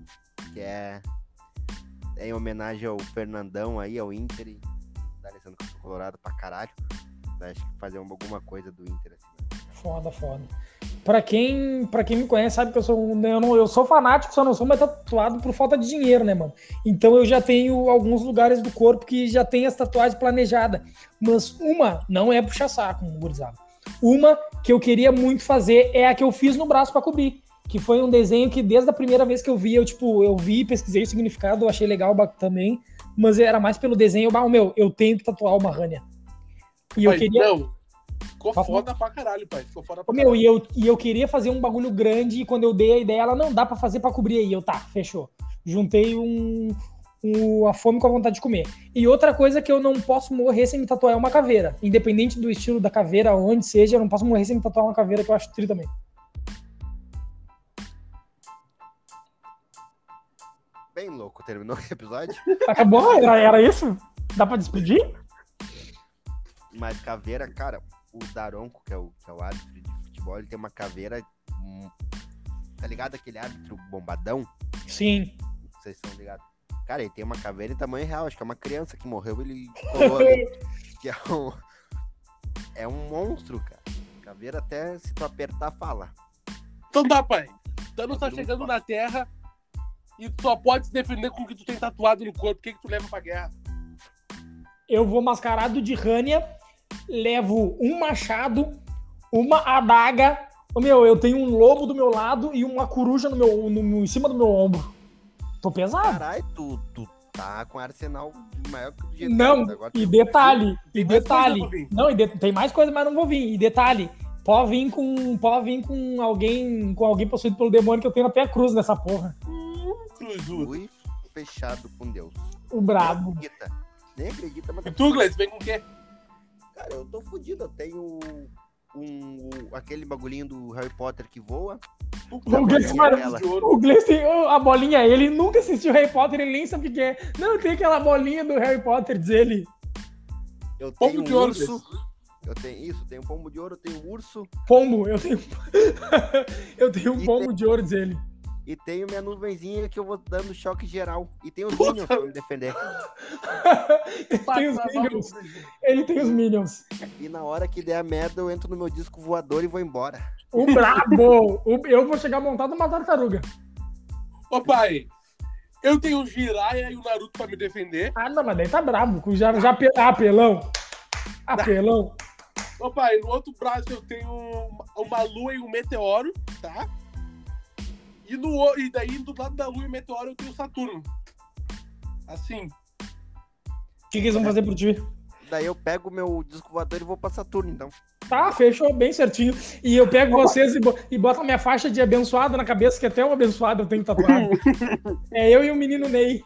Speaker 1: Que é, é em homenagem ao Fernandão aí, ao Inter, e tá sendo colorado pra caralho. Mas Acho que fazer uma- alguma coisa do Inter, assim. né?
Speaker 2: Foda, foda. Pra quem, pra quem me conhece, sabe que eu sou um. Eu, não- eu sou fanático, só não sou mais tatuado por falta de dinheiro, né, mano? Então eu já tenho alguns lugares do corpo que já tem as tatuagens planejadas. Mas uma não é puxar saco, gurizada. Uma que eu queria muito fazer é a que eu fiz no braço pra cobrir. Que foi um desenho que desde a primeira vez que eu vi, eu, tipo, eu vi, pesquisei o significado, eu achei legal ba- também. Mas era mais pelo desenho, bah, meu, eu tenho que tatuar uma Rania. E eu
Speaker 3: Pai,
Speaker 2: queria.
Speaker 3: Não. Ficou
Speaker 2: Tá bom.
Speaker 3: foda pra caralho, pai. Ficou foda
Speaker 2: Ô,
Speaker 3: pra
Speaker 2: Meu,
Speaker 3: caralho.
Speaker 2: e eu, e eu queria fazer um bagulho grande e quando eu dei a ideia, ela não dá pra fazer pra cobrir aí. Eu, tá, fechou. Juntei um, um- a fome com a vontade de comer. E outra coisa que eu não posso morrer sem me tatuar é uma caveira. Independente do estilo da caveira, onde seja, eu não posso morrer sem me tatuar uma caveira que eu acho tri também.
Speaker 1: Bem louco, terminou *laughs* o episódio.
Speaker 2: Acabou? Era, era isso? Dá pra despedir?
Speaker 1: Mas caveira, cara, o Daronco, que é o, que é o árbitro de futebol, ele tem uma caveira. hum, Tá ligado aquele árbitro bombadão?
Speaker 2: Sim.
Speaker 1: vocês estão ligados. Cara, ele tem uma caveira em tamanho real, acho que é uma criança que morreu, ele colou
Speaker 3: *laughs*
Speaker 1: ali. que é um, é um monstro, cara. Caveira até se tu apertar, fala.
Speaker 3: Então tá, pai. Thanos tá chegando na Terra e tu só pode se defender com o que tu tem tatuado no corpo. O que, que tu leva pra guerra?
Speaker 2: Eu vou mascarado de Rania, levo um machado, uma adaga. Ô, meu, eu tenho um lobo do meu lado e uma coruja no meu, no, no- em cima do meu ombro. Tô pesado.
Speaker 1: Caralho, tu, tu tá com arsenal maior que o do
Speaker 2: Não,
Speaker 1: agora
Speaker 2: e detalhe, e
Speaker 3: mais
Speaker 2: detalhe.
Speaker 3: coisa pra vir.
Speaker 2: Não, e de- tem mais coisa, mas não vou vir. E detalhe, pode vir com, pode vir com alguém, com alguém possuído pelo demônio que eu tenho até a cruz nessa porra.
Speaker 3: Cruzudo.
Speaker 1: fui fechado com Deus.
Speaker 2: O brabo.
Speaker 1: Nem acredita, nem acredita, mas
Speaker 3: E tu, Gleice, vem com o quê?
Speaker 1: cara, eu tô fudido, eu tenho um, aquele bagulhinho do Harry Potter que voa.
Speaker 2: O Gleice
Speaker 1: Amarela.
Speaker 3: De ouro.
Speaker 2: O Gleice tem ô, a bolinha, ele nunca assistiu Harry Potter, ele nem sabe o que é. Não, tem aquela bolinha do Harry Potter, diz ele.
Speaker 1: Eu tenho
Speaker 3: Pombo de
Speaker 1: um
Speaker 3: ouro,
Speaker 1: urso. Eu tenho isso, tenho um pombo de ouro, eu tenho urso.
Speaker 2: Pombo, eu tenho. *laughs* eu tenho um
Speaker 1: E
Speaker 2: pombo de ouro, diz ele.
Speaker 1: E tenho minha nuvenzinha que eu vou dando choque geral. E tem os Minions pra me defender.
Speaker 2: Ele
Speaker 3: tá
Speaker 2: tem os Minions.
Speaker 3: Gleice.
Speaker 2: Ele tem os Minions.
Speaker 1: E na hora que der a merda, eu entro no meu disco voador e vou embora.
Speaker 2: *laughs* O brabo! O- eu vou chegar montado numa tartaruga.
Speaker 3: Ô, pai. Eu tenho o Jiraiya e o Naruto pra me defender.
Speaker 2: Ah, não, mas daí tá brabo. com o Já, já ape- apelão. Apelão.
Speaker 3: Opa, e no outro braço eu tenho uma- uma lua e um meteoro, tá? E, no, o- e daí do lado da lua e meteoro eu tenho o Saturno. Assim,
Speaker 2: O que, que eles vão fazer por ti?
Speaker 1: Daí eu pego o meu disco voador e vou pra Saturno, então.
Speaker 2: Tá, fechou bem certinho. E eu pego vocês e, bo e boto a minha faixa de abençoado na cabeça, que até o abençoado eu tenho *laughs* tatuado. é eu e o menino Ney.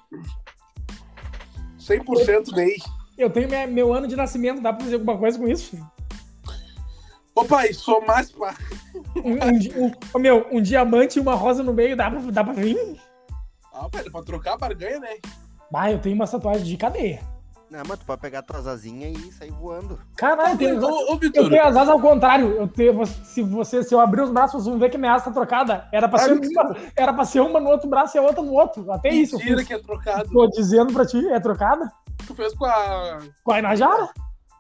Speaker 3: 100% Ney.
Speaker 2: Eu tenho minha- meu ano de nascimento, dá pra fazer alguma coisa com isso?
Speaker 3: Opa, e somar pá.
Speaker 2: Um, um di- um- ô, meu, um diamante e uma rosa no meio, dá pra, dá pra vir?
Speaker 3: Ah, velho, pra trocar a barganha, né?
Speaker 2: Ah, eu tenho uma tatuagem de cadeia.
Speaker 1: Não, mas Ah, tu pode pegar tuas asinhas e sair voando.
Speaker 2: Caralho, *laughs* eu
Speaker 3: Mas,
Speaker 2: tenho,
Speaker 3: Ô, ô
Speaker 2: eu
Speaker 3: Vitor,
Speaker 2: tenho as asas ao contrário. Eu tenho, se, você, se eu abrir os braços, vocês vão ver que minha asa tá trocada. Era pra,
Speaker 3: Ah,
Speaker 2: ser
Speaker 3: mentira.
Speaker 2: uma, era pra ser uma no outro braço e a outra no outro. Até isso. eu
Speaker 3: mentira
Speaker 2: fiz.
Speaker 3: que é trocado.
Speaker 2: Tô dizendo pra ti, é trocada?
Speaker 3: Tu fez com a...
Speaker 2: Com a Inajara?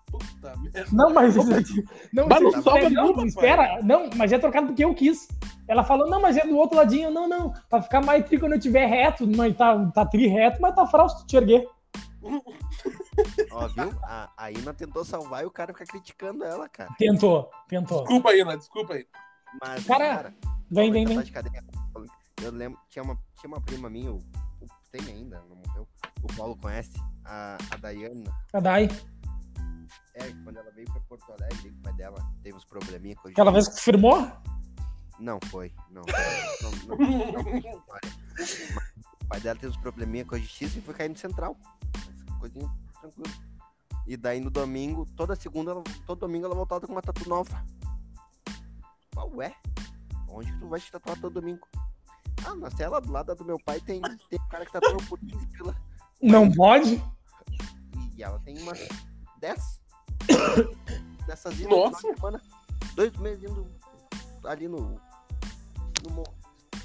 Speaker 3: Puta merda.
Speaker 2: Não, mas. Não,
Speaker 3: Mas não
Speaker 2: você-
Speaker 3: sobra
Speaker 2: não,
Speaker 3: nenhuma,
Speaker 2: espera, não, mas é trocado porque eu quis. Ela falou, não, mas é do outro ladinho. Não, não, pra ficar mais tri quando eu tiver reto. Mas tá, tá tri reto, mas tá frausto, te erguer.
Speaker 1: Ó, viu? A, a Ina tentou salvar e o cara fica criticando ela, cara.
Speaker 2: Tentou, tentou.
Speaker 3: Desculpa aí, Ana, desculpa aí.
Speaker 1: Mas,
Speaker 2: Cara, Vem, vem, vem.
Speaker 1: De cadeia. Eu lembro, tinha uma, tinha uma prima minha, o, o- tem ainda, não morreu. O Paulo conhece, a, a Dayana.
Speaker 2: Cadai.
Speaker 1: É, quando ela veio pra Porto Alegre, o pai dela teve uns probleminha com a
Speaker 2: Aquela
Speaker 1: gente.
Speaker 2: vez que tu firmou?
Speaker 1: Não foi, não. não, não, não, foi história. Mas o pai dela teve uns probleminha com a justiça e foi cair no central. Mas Coisinha tranquila. E daí no domingo, toda segunda, ela- todo domingo ela voltava com uma tatu nova. Ah, Ué? Onde que tu vai te tatuar todo domingo? Ah, na cela do lado da do meu pai tem, tem um cara que tatuou por 15 pila.
Speaker 2: Não pode?
Speaker 1: E ela tem umas 10 dessas indo
Speaker 3: Nossa.
Speaker 1: final de semana. Dois meses indo ali no. no morro.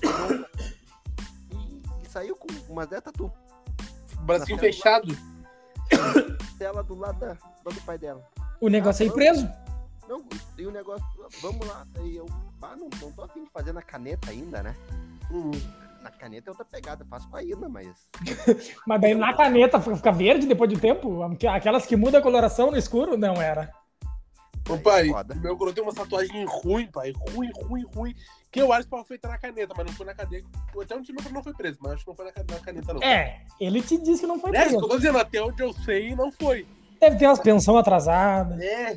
Speaker 1: No morro. E, e saiu com umas 10 tatu.
Speaker 3: Bracinho fechado.
Speaker 1: Dela do lado da, lá do pai dela.
Speaker 2: O negócio é ir preso.
Speaker 1: Não, e o negócio, vamos lá. Daí eu, ah, não, não tô afim de fazer na caneta ainda, né?
Speaker 3: Hum.
Speaker 1: Na caneta é outra pegada, eu faço com a Ina, mas.
Speaker 2: Mas daí na caneta fica fica verde depois de um tempo. Aquelas que mudam a coloração no escuro? Não era.
Speaker 3: Ô,
Speaker 1: Aí é
Speaker 3: pai,
Speaker 1: foda.
Speaker 3: meu coroa tem uma tatuagem ruim, pai. Ruim, ruim, ruim. Que eu acho que foi feita na caneta, mas não foi na cadeia. Até um onde meu coroa não foi preso, mas acho que não foi na ca- na caneta, não.
Speaker 2: É, ele te disse que não foi
Speaker 3: É, isso que eu
Speaker 2: preso.
Speaker 3: tô dizendo, até onde eu sei, não foi.
Speaker 2: Deve ter umas pensão atrasada.
Speaker 3: É.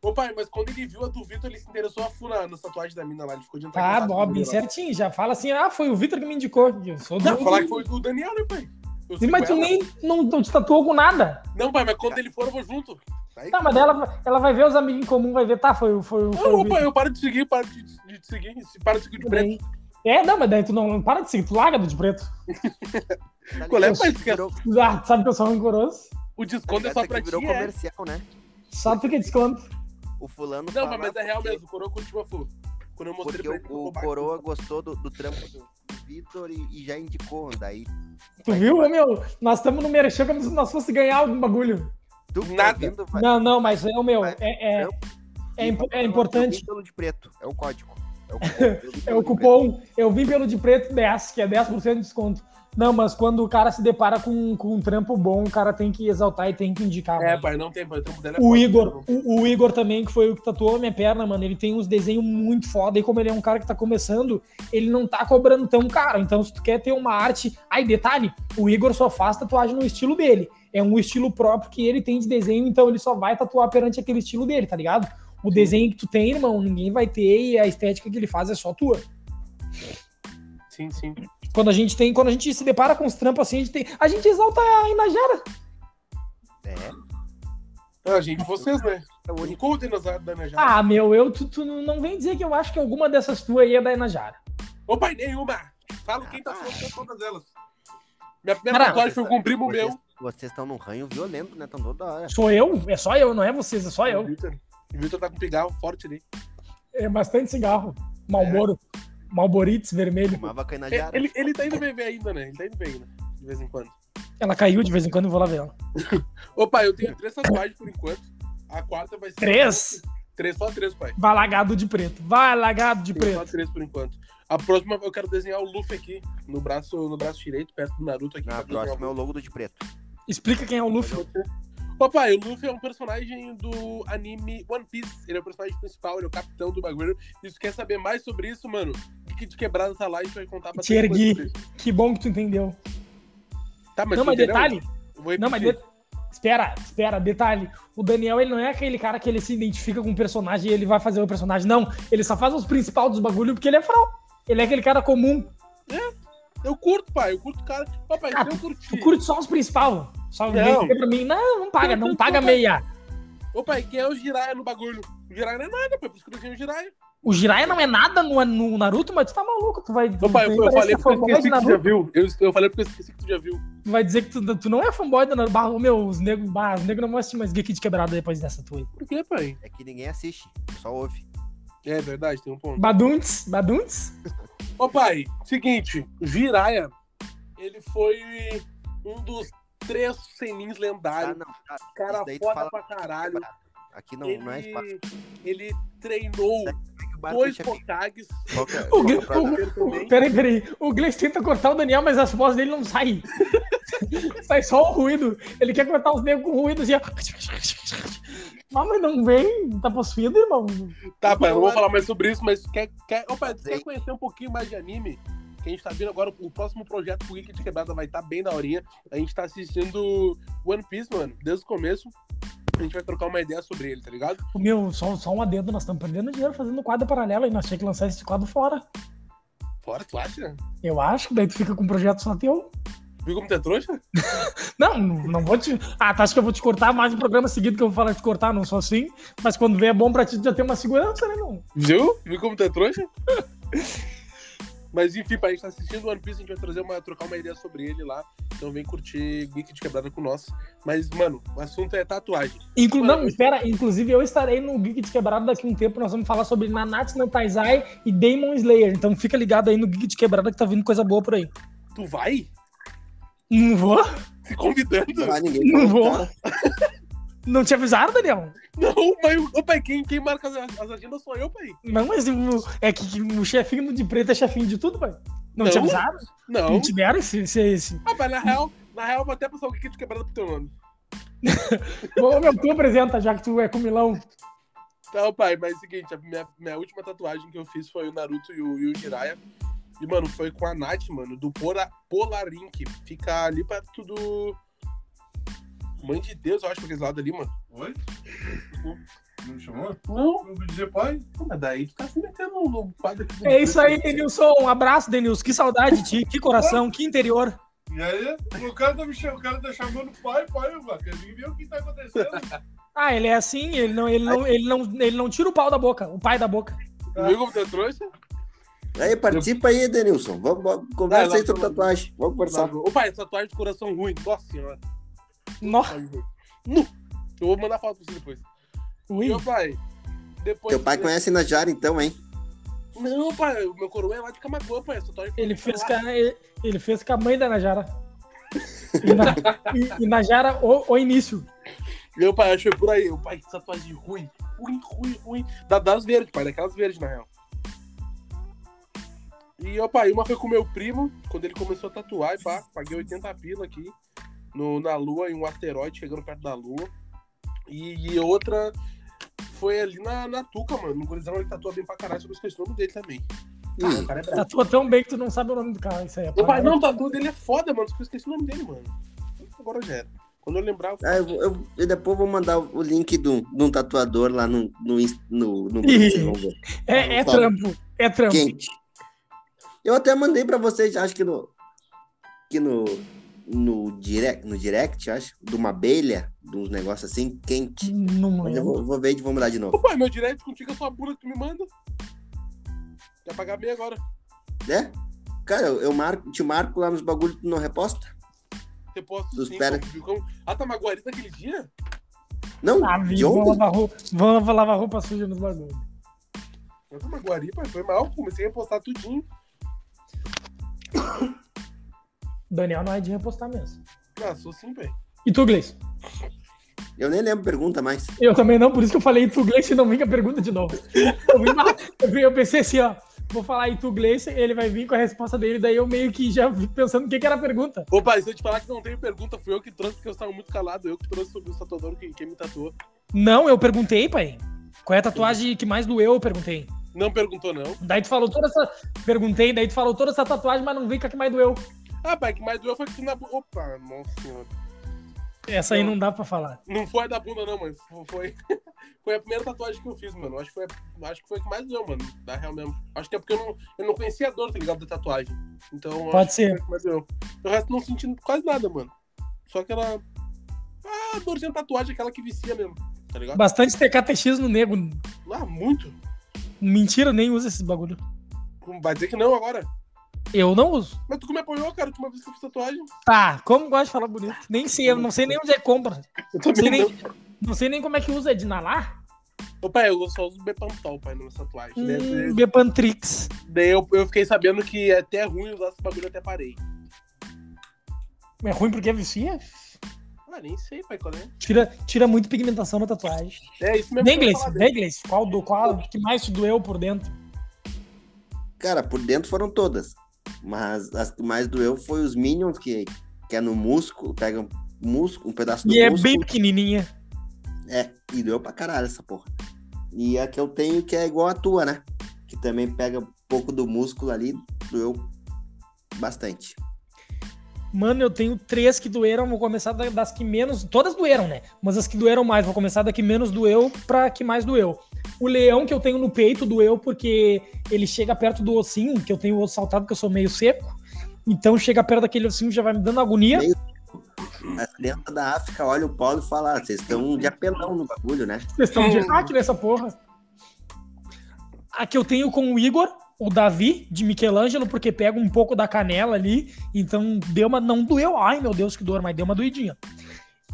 Speaker 3: Ô, pai, mas quando ele viu a do Vitor, ele se interessou a full na, nas tatuagens da mina lá. Ele ficou de entrar em
Speaker 2: Tá,
Speaker 3: contato
Speaker 2: Bob,
Speaker 3: comigo
Speaker 2: bem
Speaker 3: lá.
Speaker 2: certinho. Já fala assim, ah, foi o Vitor que me indicou. Eu sou do...
Speaker 3: Não, falar que foi do Daniel, né, pai? Eu sigo
Speaker 2: Mas tu
Speaker 3: ela.
Speaker 2: nem não, não te tatuou com nada.
Speaker 3: Não, pai, mas
Speaker 1: Tá.
Speaker 3: quando ele for, eu vou junto. Aí-
Speaker 2: Tá, mas daí ela, ela vai ver os amigos em comum, vai ver, tá, foi, o- foi, o- foi
Speaker 3: Não,
Speaker 2: o
Speaker 3: ô, pai,
Speaker 2: Vitor.
Speaker 3: eu paro de seguir, paro de, de te seguir. se- Paro de seguir de preto.
Speaker 2: É, não, mas daí tu não, não para de seguir, tu larga do de preto.
Speaker 1: Tá
Speaker 3: Qual é,
Speaker 1: ligado?
Speaker 3: pai? Tu quer-
Speaker 1: Virou- tá
Speaker 2: Ah, tu sabe que eu sou rancoroso.
Speaker 3: O desconto é
Speaker 1: ligado?
Speaker 3: só
Speaker 1: Isso
Speaker 3: pra
Speaker 1: aqui
Speaker 3: ti,
Speaker 1: virou
Speaker 3: é.
Speaker 1: comercial, né?
Speaker 2: Só tu que é desconto.
Speaker 1: O fulano.
Speaker 3: Não,
Speaker 1: fala
Speaker 3: pai, mas é real
Speaker 1: porque-
Speaker 3: mesmo. O coroa continua full. Quando eu mostrei
Speaker 1: tá Porque
Speaker 3: pra ele,
Speaker 1: o, o
Speaker 3: ficou
Speaker 1: Coroa gostou do, do trampo do, do Vitor e, e já indicou. Daí.
Speaker 2: Tu
Speaker 1: vai-
Speaker 2: viu, ô,
Speaker 1: vai-
Speaker 2: meu? Nós estamos no merchan como se nós fosse ganhar algum bagulho.
Speaker 1: tu que tá
Speaker 3: Nada.
Speaker 1: ouvindo, vai-
Speaker 2: Não, não, mas é o meu, é,
Speaker 1: Vai.
Speaker 2: é, é, impo- é importante.
Speaker 1: Ídolo de preto. É o código. É
Speaker 2: *laughs*
Speaker 1: o, cupom.
Speaker 2: É o cupom Eu Vim Pelo de Preto 10, que é 10% de desconto. Não, mas quando o cara se depara com, com um trampo bom, o cara tem que exaltar e tem que indicar.
Speaker 3: É,
Speaker 2: mano.
Speaker 3: pai, não tem, pai. O trampo dela é
Speaker 2: O
Speaker 3: foda,
Speaker 2: Igor,
Speaker 3: mano.
Speaker 2: o, o Igor também, que foi o que tatuou a minha perna, mano, ele tem uns desenhos muito foda. E como ele é um cara que tá começando, ele não tá cobrando tão caro. Então, se tu quer ter uma arte. Aí, detalhe, o Igor só faz tatuagem no estilo dele. É um estilo próprio que ele tem de desenho, então ele só vai tatuar perante aquele estilo dele, tá ligado? O desenho que tu tem, irmão, ninguém vai ter e a estética que ele faz é só tua.
Speaker 3: Sim, sim.
Speaker 2: Quando a gente tem, quando a gente se depara com os trampos assim, a gente tem. A gente exalta a Inajara. um.
Speaker 1: É.
Speaker 3: Ah, gente, vocês, né?
Speaker 1: é o
Speaker 3: O
Speaker 1: único.
Speaker 3: Nicole tem nas da Najara.
Speaker 2: Ah, meu, eu tu, tu não vem dizer que eu acho que alguma dessas tuas aí é da Inajara.
Speaker 3: Ô, pai, nenhuma. Falo quem tá
Speaker 1: Ah.
Speaker 3: falando com todas elas. Minha primeira
Speaker 2: Caralho.
Speaker 3: tatuagem foi com um primo
Speaker 1: Vocês-
Speaker 3: meu.
Speaker 1: Vocês estão num ranho violento, né? Estão toda hora.
Speaker 2: Sou eu? É só eu, não é vocês, é só
Speaker 3: O
Speaker 2: eu.
Speaker 3: Vitor. O Vitor tá com pigarro forte ali.
Speaker 2: É bastante cigarro. Malboro. Malborites É. vermelho.
Speaker 1: Fumava com a Inajara.
Speaker 3: Ele, ele tá indo bem bem ainda, né? Ele tá indo bem ainda. De vez em quando.
Speaker 2: Ela caiu de vez em quando, eu vou lá ver ela.
Speaker 3: Ô, pai, eu tenho três tatuagens por enquanto. A quarta vai ser.
Speaker 2: Três?
Speaker 3: Três, só três, pai.
Speaker 2: Vai lagado de preto. Vai lagado de
Speaker 3: Tem só
Speaker 2: preto.
Speaker 3: três por enquanto. A próxima eu quero desenhar o Luffy aqui, no braço, no braço direito, perto do Naruto aqui.
Speaker 1: Na
Speaker 3: pra desenhar
Speaker 1: próxima é o logo do de preto.
Speaker 2: Explica quem é o Luffy.
Speaker 3: Papai, o Luffy é um personagem do anime One Piece. Ele é o personagem principal, ele é o capitão do bagulho. E se tu quer saber mais sobre isso, mano, fique de quebrada essa live, a gente vai contar
Speaker 2: Te ergui.
Speaker 3: coisa sobre isso.
Speaker 2: Que bom que tu entendeu.
Speaker 3: Tá, mas
Speaker 2: não,
Speaker 3: tu
Speaker 2: mas
Speaker 3: entendeu?
Speaker 2: detalhe.
Speaker 3: Eu vou
Speaker 2: Não, mas.
Speaker 3: repetir.
Speaker 2: de- Espera, espera, detalhe. O Daniel, ele não é aquele cara que ele se identifica com o personagem e ele vai fazer o personagem. Não, ele só faz os principais dos bagulho porque ele é frau. Ele é aquele cara comum.
Speaker 3: Eu curto, pai, eu curto o cara. Papai,
Speaker 2: Ah,
Speaker 3: se eu curti.
Speaker 2: Tu curte só os principais. Só
Speaker 3: Não.
Speaker 2: vem dizer pra mim, não, não paga, não paga meia.
Speaker 3: Ô, pai, quem é o Jiraiya no bagulho? O Jiraiya não é nada, pai, por isso que eu desenho o Jiraiya.
Speaker 2: O Jiraiya não é nada no, no Naruto, mas tu tá maluco, tu vai.
Speaker 3: Ô, pai, eu,
Speaker 2: tu
Speaker 3: eu
Speaker 2: parece
Speaker 3: falei
Speaker 2: que é
Speaker 3: porque
Speaker 2: fanboy
Speaker 3: eu
Speaker 2: de
Speaker 3: esqueci que tu
Speaker 2: Naruto.
Speaker 3: já viu. Eu, eu falei porque eu esqueci que tu já viu.
Speaker 2: Tu vai dizer que tu, tu não é fanboy do Naruto. Bah, ô, meu, os negros, bah, os negros não vão assistir mais Geek de quebrada depois dessa tua aí.
Speaker 3: Por quê, pai?
Speaker 1: É que ninguém assiste, só ouve.
Speaker 3: É verdade, tem um ponto.
Speaker 2: Baduntes, Baduntes?
Speaker 3: Ô pai, seguinte, Jiraya, ele foi um dos três senins
Speaker 1: Tá,
Speaker 3: lendários,
Speaker 1: não, tá.
Speaker 3: cara
Speaker 1: Isso daí tu
Speaker 3: foda
Speaker 1: fala é
Speaker 3: pra caralho.
Speaker 1: Aqui não,
Speaker 3: ele,
Speaker 1: não é espaço. é
Speaker 3: ele treinou
Speaker 1: que o barco
Speaker 3: dois
Speaker 1: tinha-
Speaker 3: Hokages,
Speaker 1: Qual que é-
Speaker 2: O,
Speaker 1: qual que é
Speaker 2: Gle...
Speaker 1: a
Speaker 3: *laughs*
Speaker 1: próxima?
Speaker 3: Ele também.
Speaker 2: o... Peraí, peraí. O Gleice tenta cortar o Daniel, mas as vozes dele não saem. *laughs* Sai só o ruído. Ele quer cortar os negros com ruído assim, ó. Mas, mas não vem, tá possuído, irmão.
Speaker 3: Tá, pai, eu não vou
Speaker 1: Agora-
Speaker 3: falar mais sobre isso, mas quer, quer... Ô pai, tu quer
Speaker 1: Sei.
Speaker 3: conhecer um pouquinho mais de anime? Que a gente tá vendo agora, o próximo projeto pro Wiki de Quebrada vai estar bem da horinha. A gente tá assistindo One Piece, mano, desde o começo. A gente vai trocar uma ideia sobre ele, tá ligado?
Speaker 2: Meu, só, só um adendo, nós estamos perdendo dinheiro fazendo quadro paralelo e nós tinha que lançar esse quadro fora.
Speaker 3: Fora, tu acha?
Speaker 2: Eu acho que daí tu fica com um projeto só teu.
Speaker 3: Viu como tu é trouxa?
Speaker 2: Não, não não vou te. Ah, tu acha que eu vou te cortar mais um programa seguido que eu vou falar de te cortar? Não sou assim. Mas quando vem é bom pra ti tu já ter uma segurança, né, irmão?
Speaker 3: Viu? Viu como tu é trouxa? *laughs* Mas enfim, pra gente tá assistindo One Piece, a gente vai trazer uma, trocar uma ideia sobre ele lá. Então vem curtir Geek de Quebrada com nós. Mas, mano, o assunto é tatuagem.
Speaker 2: Inclu
Speaker 3: Mano,
Speaker 2: não,
Speaker 3: eu-
Speaker 2: espera, inclusive eu estarei no Geek de Quebrada daqui a um tempo, nós vamos falar sobre Nanatsu no Taizai e Demon Slayer, então fica ligado aí no Geek de Quebrada que tá vindo coisa boa por aí.
Speaker 3: Tu vai?
Speaker 2: Não vou?
Speaker 3: Se convidando?
Speaker 1: Ah, ninguém
Speaker 2: Não
Speaker 1: falou,
Speaker 2: vou.
Speaker 1: tá?
Speaker 2: *laughs* Não te avisaram, Daniel?
Speaker 3: Não, pai. Ô, pai, quem, quem marca as, as agendas sou eu, pai.
Speaker 2: Não, mas o- é que, que o chefinho de preto é chefinho de tudo, pai. Não, te
Speaker 3: Não.
Speaker 2: avisaram? Não,
Speaker 3: Não.
Speaker 2: te deram esse... esse, esse.
Speaker 3: Ah, pai, na real, na real, eu vou até passar o Geek de Quebrada pro teu nome.
Speaker 2: Ô, meu, tu apresenta, já que tu é comilão.
Speaker 3: Então, pai, mas é o seguinte, a minha, minha última tatuagem que eu fiz foi o Naruto e o, e o Jiraiya. E, mano, foi com a Nath, mano, do Pora, Polarink. Fica ali perto do. Mãe de Deus, eu acho, pra aquele lado ali, mano.
Speaker 4: Oi? Não me chamou?
Speaker 3: Não,
Speaker 4: Eu vou dizer pai.
Speaker 3: mas daí tu tá se metendo no- no quadro aqui do-
Speaker 2: É isso aí, Denilson. Um abraço, Denilson. Que saudade de ti, que coração, que interior.
Speaker 4: E aí, o cara tá me chamando, o cara tá chamando pai, pai, eu quero ver o que tá
Speaker 3: *laughs*
Speaker 4: acontecendo.
Speaker 2: Ah, ele é assim, ele não, ele não, ele não, ele não tira o pau da boca, o pai da boca.
Speaker 3: Tu Viu como tu é trouxa?
Speaker 5: Aí, participa aí, Denilson. Vamos, vamos-
Speaker 3: Vai
Speaker 5: conversa
Speaker 3: lá,
Speaker 5: aí sobre
Speaker 3: vai lá.
Speaker 5: tatuagem. Vamos conversar.
Speaker 3: Ô, pai, tatuagem de coração ruim. Nossa senhora.
Speaker 2: Nossa.
Speaker 3: tatuagem ruim. Nu! Eu vou mandar foto pra você depois.
Speaker 2: Ui,
Speaker 3: Meu pai, depois.
Speaker 5: Teu pai conhece Najara, então, hein?
Speaker 3: Não, pai, o meu coroa é lá de Camacuã, pai. essa Tatuagem
Speaker 2: ele fez, com a, ele- ele fez com a mãe da Najara. E, na, e- e Najara, o, o início.
Speaker 3: Meu pai achou por aí. O pai, que tatuagem ruim. Ruim, ruim, ruim. Da, das verdes, pai. Daquelas verdes, na real. E, ó, pai, uma foi com meu primo, quando ele começou a tatuar, e pá, paguei 80 pila aqui no, na lua, em um asteroide chegando perto da lua. E, e outra foi ali na, na Tuca, mano. No Gurizão ele tatua bem pra caralho, só que eu esqueci o nome dele também.
Speaker 5: Hum.
Speaker 3: O cara é brabo.
Speaker 2: Tatua Tá, tão bem que tu não sabe o nome do cara. Isso aí é
Speaker 3: Meu pai, não, o tatu dele é foda, mano, só que eu esqueci o nome dele, mano. Agora já era. Quando eu lembrar, eu
Speaker 5: Ah, eu, vou- eu- eu depois vou mandar o o link de um, de um tatuador lá no, no, ins- no, no grupo,
Speaker 2: Ih.
Speaker 5: vocês vão ver.
Speaker 2: É, é
Speaker 5: Fala.
Speaker 2: trampo, é trampo.
Speaker 5: Quente. Eu até mandei pra vocês, acho que no. Que no. No direct, no direct, acho, de uma abelha, de uns negócios assim, quente.
Speaker 2: Não
Speaker 5: Mas eu
Speaker 2: lembro.
Speaker 5: vou, vou ver e vou mandar de
Speaker 3: Ô,
Speaker 5: novo.
Speaker 3: pai, meu direct contigo é só a bula que tu me manda. Quer pagar bem agora.
Speaker 5: Né? Cara, eu, eu marco, te marco lá nos bagulhos tu não reposta?
Speaker 3: Você posta
Speaker 5: Tu
Speaker 3: sim,
Speaker 5: espera.
Speaker 3: como- como- Ah, tá Maguari daquele dia?
Speaker 5: Não,
Speaker 2: Ah,
Speaker 5: de
Speaker 2: Vivi, vamos
Speaker 5: ontem?
Speaker 2: lavar roupa, vamos lavar roupa suja nos bagulhos.
Speaker 3: Eu tô Maguari, pai, foi mal. Comecei a postar tudinho.
Speaker 2: Daniel não é de repostar mesmo.
Speaker 3: Ah, sou sim, velho.
Speaker 2: E tu, Gleice?
Speaker 5: Eu nem lembro pergunta mais.
Speaker 2: Eu também não, por isso que eu falei tu, Gleice, não vem com a pergunta de novo. Eu, vim- eu pensei assim, ó. vou falar e tu, Gleice, ele vai vir com a resposta dele, daí eu meio que já fico pensando o que, que era a pergunta.
Speaker 3: Ô, pai, se eu te falar que não tenho pergunta, fui eu que trouxe, porque eu estava muito calado. Eu que trouxe sobre o tatuador, quem, quem me tatuou.
Speaker 2: Não, eu perguntei, pai. Qual é a tatuagem que mais doeu, eu perguntei.
Speaker 3: Não perguntou, não.
Speaker 2: Daí tu falou toda essa. Perguntei, daí tu falou toda essa tatuagem, mas não vi com a que mais doeu.
Speaker 3: Ah, pai, que mais doeu foi que fui na bunda. Opa, nossa senhora.
Speaker 2: Essa aí não dá pra falar.
Speaker 3: Não foi a da bunda, não, mano. Foi, *laughs* foi a primeira tatuagem que eu fiz, mano. Acho que foi, a- acho que, foi a que mais doeu, mano. Na real mesmo. Acho que é porque eu não, eu não conhecia a dor, tá ligado? Da tatuagem. Então,
Speaker 2: Pode
Speaker 3: acho
Speaker 2: ser.
Speaker 3: Que foi a que mais doeu. O resto não sentindo quase nada, mano. Só aquela. Ah, dorzinha da tatuagem, aquela que vicia mesmo. Tá ligado?
Speaker 2: Bastante TKTX no nego.
Speaker 3: Ah, muito.
Speaker 2: Mentira, nem usa esses bagulho.
Speaker 3: Como Vai dizer que não agora.
Speaker 2: Eu não uso.
Speaker 3: Mas tu que me apoiou, cara, que uma vez que eu fiz tatuagem.
Speaker 2: Tá, como gosta de falar bonito. Nem sei, eu não sei nem onde é que compra.
Speaker 3: Eu
Speaker 2: Não sei
Speaker 3: também
Speaker 2: nem,
Speaker 3: não.
Speaker 2: não sei nem como é que usa, é de inalar?
Speaker 3: Ô, pai, eu só uso Bepantol, pai, na minha tatuagem. Daí-
Speaker 2: Hum, Bepantrix.
Speaker 3: Daí eu, eu fiquei sabendo que é até ruim usar esse bagulho, eu até parei.
Speaker 2: É ruim porque é vicia?
Speaker 3: Ah, nem sei, pai, qual é.
Speaker 2: Tira, tira muito pigmentação da tatuagem.
Speaker 3: É isso mesmo.
Speaker 2: Vem,
Speaker 3: que eu ia
Speaker 2: Gleice,
Speaker 3: falar
Speaker 2: vem, Gleice. Qual, do, qual que mais te doeu por dentro?
Speaker 5: Cara, por dentro foram todas. Mas as que mais doeu foi os Minions, que, que é no músculo, pega um músculo, um pedaço do
Speaker 2: E é
Speaker 5: músculo.
Speaker 2: bem pequenininha.
Speaker 5: É, e doeu pra caralho essa porra. E a que eu tenho que é igual a tua, né? Que também pega um pouco do músculo ali, doeu bastante.
Speaker 2: Mano, eu tenho três que doeram. Vou começar da- das que menos. Todas doeram, né? Mas as que doeram mais. Vou começar da que menos doeu pra que mais doeu. O leão que eu tenho no peito doeu porque ele chega perto do ossinho, que eu tenho o osso saltado, que eu sou meio seco. Então chega perto daquele ossinho já vai me dando agonia.
Speaker 5: Meio- As crianças da África olham o Paulo e falam: ah, vocês estão de apelão no bagulho, né?
Speaker 2: Vocês estão de
Speaker 3: Hum.
Speaker 2: hack nessa porra. A que eu tenho com o Igor, o Davi, de Michelangelo, porque pega um pouco da canela ali. Então deu uma. Não doeu. Ai, meu Deus, que dor, mas deu uma doidinha.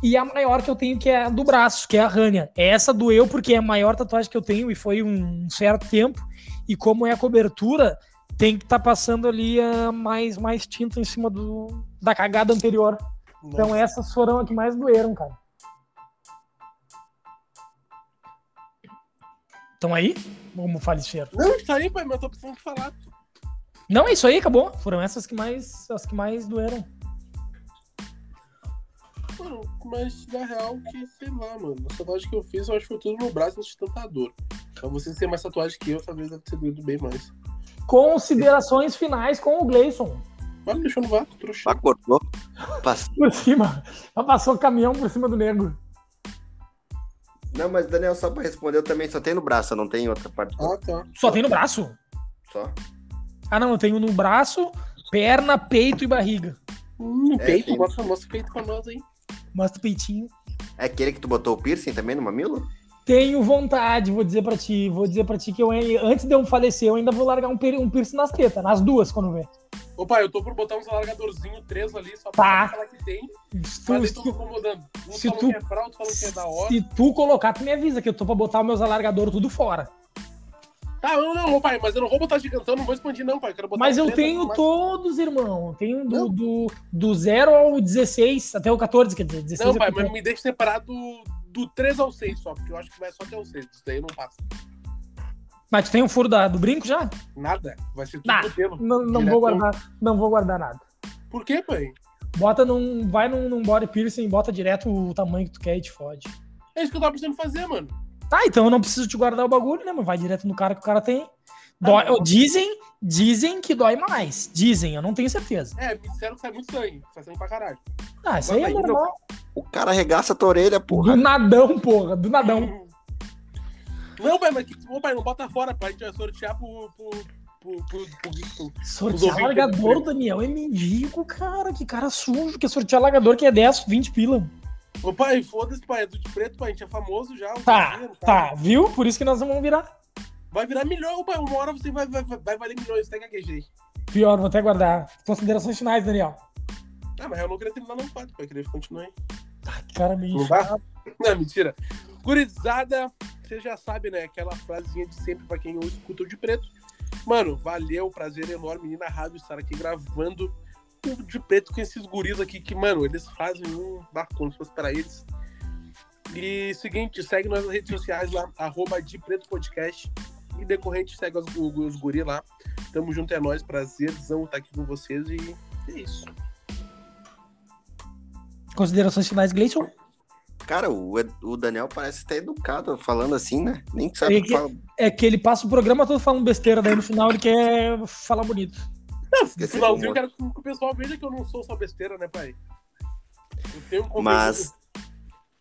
Speaker 2: E a maior que eu tenho, que é a do braço, que é a Rania. Essa doeu porque é a maior tatuagem que eu tenho e foi um certo tempo. E como é a cobertura, tem que estar passando ali ah, mais, mais tinta em cima do, da cagada anterior.
Speaker 3: dele.
Speaker 2: Então essas foram as que mais doeram, cara. Estão aí? Vamos falecer.
Speaker 3: Não, está aí, pai, mas eu tô precisando de falar.
Speaker 2: Não, é isso aí, acabou. Foram essas que mais as que mais doeram.
Speaker 3: Mano, mas na real que, sei lá, mano. A tatuagem que eu fiz, eu acho que foi tudo no braço, não tinha tanta dor. Pra vocês terem mais tatuagem que eu, talvez deve ter doído bem mais.
Speaker 2: Considerações finais com o Gleison.
Speaker 3: Mas me deixou no vácuo, trouxa.
Speaker 5: Acordou? Passou.
Speaker 2: Por cima. Mas Passou o caminhão por cima do nego.
Speaker 5: Não, mas Daniel, só pra responder, eu também só tenho no braço, eu não tenho outra parte
Speaker 3: Ah, tá.
Speaker 2: Só tem no braço?
Speaker 5: só.
Speaker 2: Ah, não, eu tenho no braço, perna, peito e barriga.
Speaker 3: Hum,
Speaker 5: É,
Speaker 3: peito,
Speaker 5: tem.
Speaker 3: mostra, mostra o peito pra nós, hein.
Speaker 2: Mostra o peitinho.
Speaker 5: É aquele que tu botou o piercing também no mamilo?
Speaker 2: Tenho vontade, vou dizer pra ti, vou dizer pra ti que eu antes de eu falecer, eu ainda vou largar um, per- um piercing nas tetas, nas duas quando ver.
Speaker 3: Ô, pai, eu tô por botar uns alargadorzinho, três ali, só
Speaker 2: Tá.
Speaker 3: pra falar que tem.
Speaker 2: Se tu-
Speaker 3: Mas aí
Speaker 2: se
Speaker 3: tô
Speaker 2: tu-
Speaker 3: me incomodando. Um
Speaker 2: se
Speaker 3: falou
Speaker 2: tu-
Speaker 3: que é fralda, outro falou que é da hora.
Speaker 2: Se tu colocar, tu me avisa que eu tô pra botar meus alargadores tudo fora.
Speaker 3: Tá, eu não, ô, pai, mas eu não vou botar gigantão, não vou expandir, não, pai. Quero botar
Speaker 2: Mas eu
Speaker 3: três,
Speaker 2: tenho
Speaker 3: mas-
Speaker 2: todos, irmão. Eu tenho do, do, do 0 ao 16, até o 14, quer dizer, 16
Speaker 3: Não,
Speaker 2: é
Speaker 3: pai,
Speaker 2: porque-
Speaker 3: mas me deixa separar do, do 3 ao 6 só, porque eu acho que vai só até o 6. Isso daí não passa.
Speaker 2: Mas tu tem o furo da- do brinco já?
Speaker 3: Nada. Vai ser tudo
Speaker 2: Tá.
Speaker 3: modelo.
Speaker 2: Não, não
Speaker 3: Direto.
Speaker 2: vou guardar, não vou guardar nada.
Speaker 3: Por quê, pai?
Speaker 2: Bota num, vai num, num body piercing, bota direto o tamanho que tu quer e te fode.
Speaker 3: É isso que eu tava precisando fazer, mano.
Speaker 2: Tá, então eu não preciso te guardar o bagulho, né? Mas vai direto no cara que o cara tem. Dói-
Speaker 3: Ah, não.
Speaker 2: dizem, dizem que dói mais. Dizem, eu não tenho certeza.
Speaker 3: É, me disseram que sai muito sangue. Sai sangue pra caralho.
Speaker 2: Ah, isso aí é
Speaker 3: Mas ainda-
Speaker 2: normal.
Speaker 5: O cara arregaça a tua orelha, porra.
Speaker 2: Do nadão, porra, do nadão.
Speaker 3: *laughs* Não, pai, mas que, ô, pai, não bota fora, pai. A gente vai sortear pro. pro, pro, pro, pro- pro- Os
Speaker 2: Sortear
Speaker 3: ouvintes
Speaker 2: largador,
Speaker 3: do
Speaker 2: Daniel, é mendigo, cara. Que cara sujo que é sortear largador que é 10, 20 pila.
Speaker 3: Ô, pai, foda-se, pai. É do de preto, pai. A gente é famoso já. um
Speaker 2: Tá,
Speaker 3: dia,
Speaker 2: tá, viu? Por isso que nós vamos virar.
Speaker 3: Vai virar milhão, ô, pai. Uma hora você vai, vai, vai, vai valer milhões. Tem gaguejei.
Speaker 2: Pior, vou até guardar. Considerações finais, Daniel.
Speaker 3: Ah, mas eu não queria terminar, não, pai. Eu queria que continue aí.
Speaker 2: Ah, que cara meio.
Speaker 3: Não dá? *laughs* Não, mentira. Gurizada, você já sabe, né? Aquela frasinha de sempre pra quem ouve escuta o de preto. Mano, valeu, prazer enorme, menina rádio, estar aqui gravando o de preto com esses guris aqui que, mano, eles fazem um bacana se fosse pra eles. E seguinte, segue nós nas redes sociais lá, arroba de preto podcast. E decorrente, segue os, os guris lá. Tamo junto, é nóis. Prazerzão estar aqui com vocês e é isso.
Speaker 2: Considerações finais, Gleison?
Speaker 1: Cara, o, Ed- o Daniel parece até educado falando assim, né? Nem sabe o
Speaker 2: Ele
Speaker 1: que fala.
Speaker 2: É que ele passa o programa todo falando besteira, daí no final ele quer falar bonito.
Speaker 1: Esqueceu
Speaker 3: No finalzinho,
Speaker 1: o
Speaker 3: eu quero que é o pessoal veja que eu não sou só besteira, né, pai? Eu tenho um conteúdo.
Speaker 1: Mas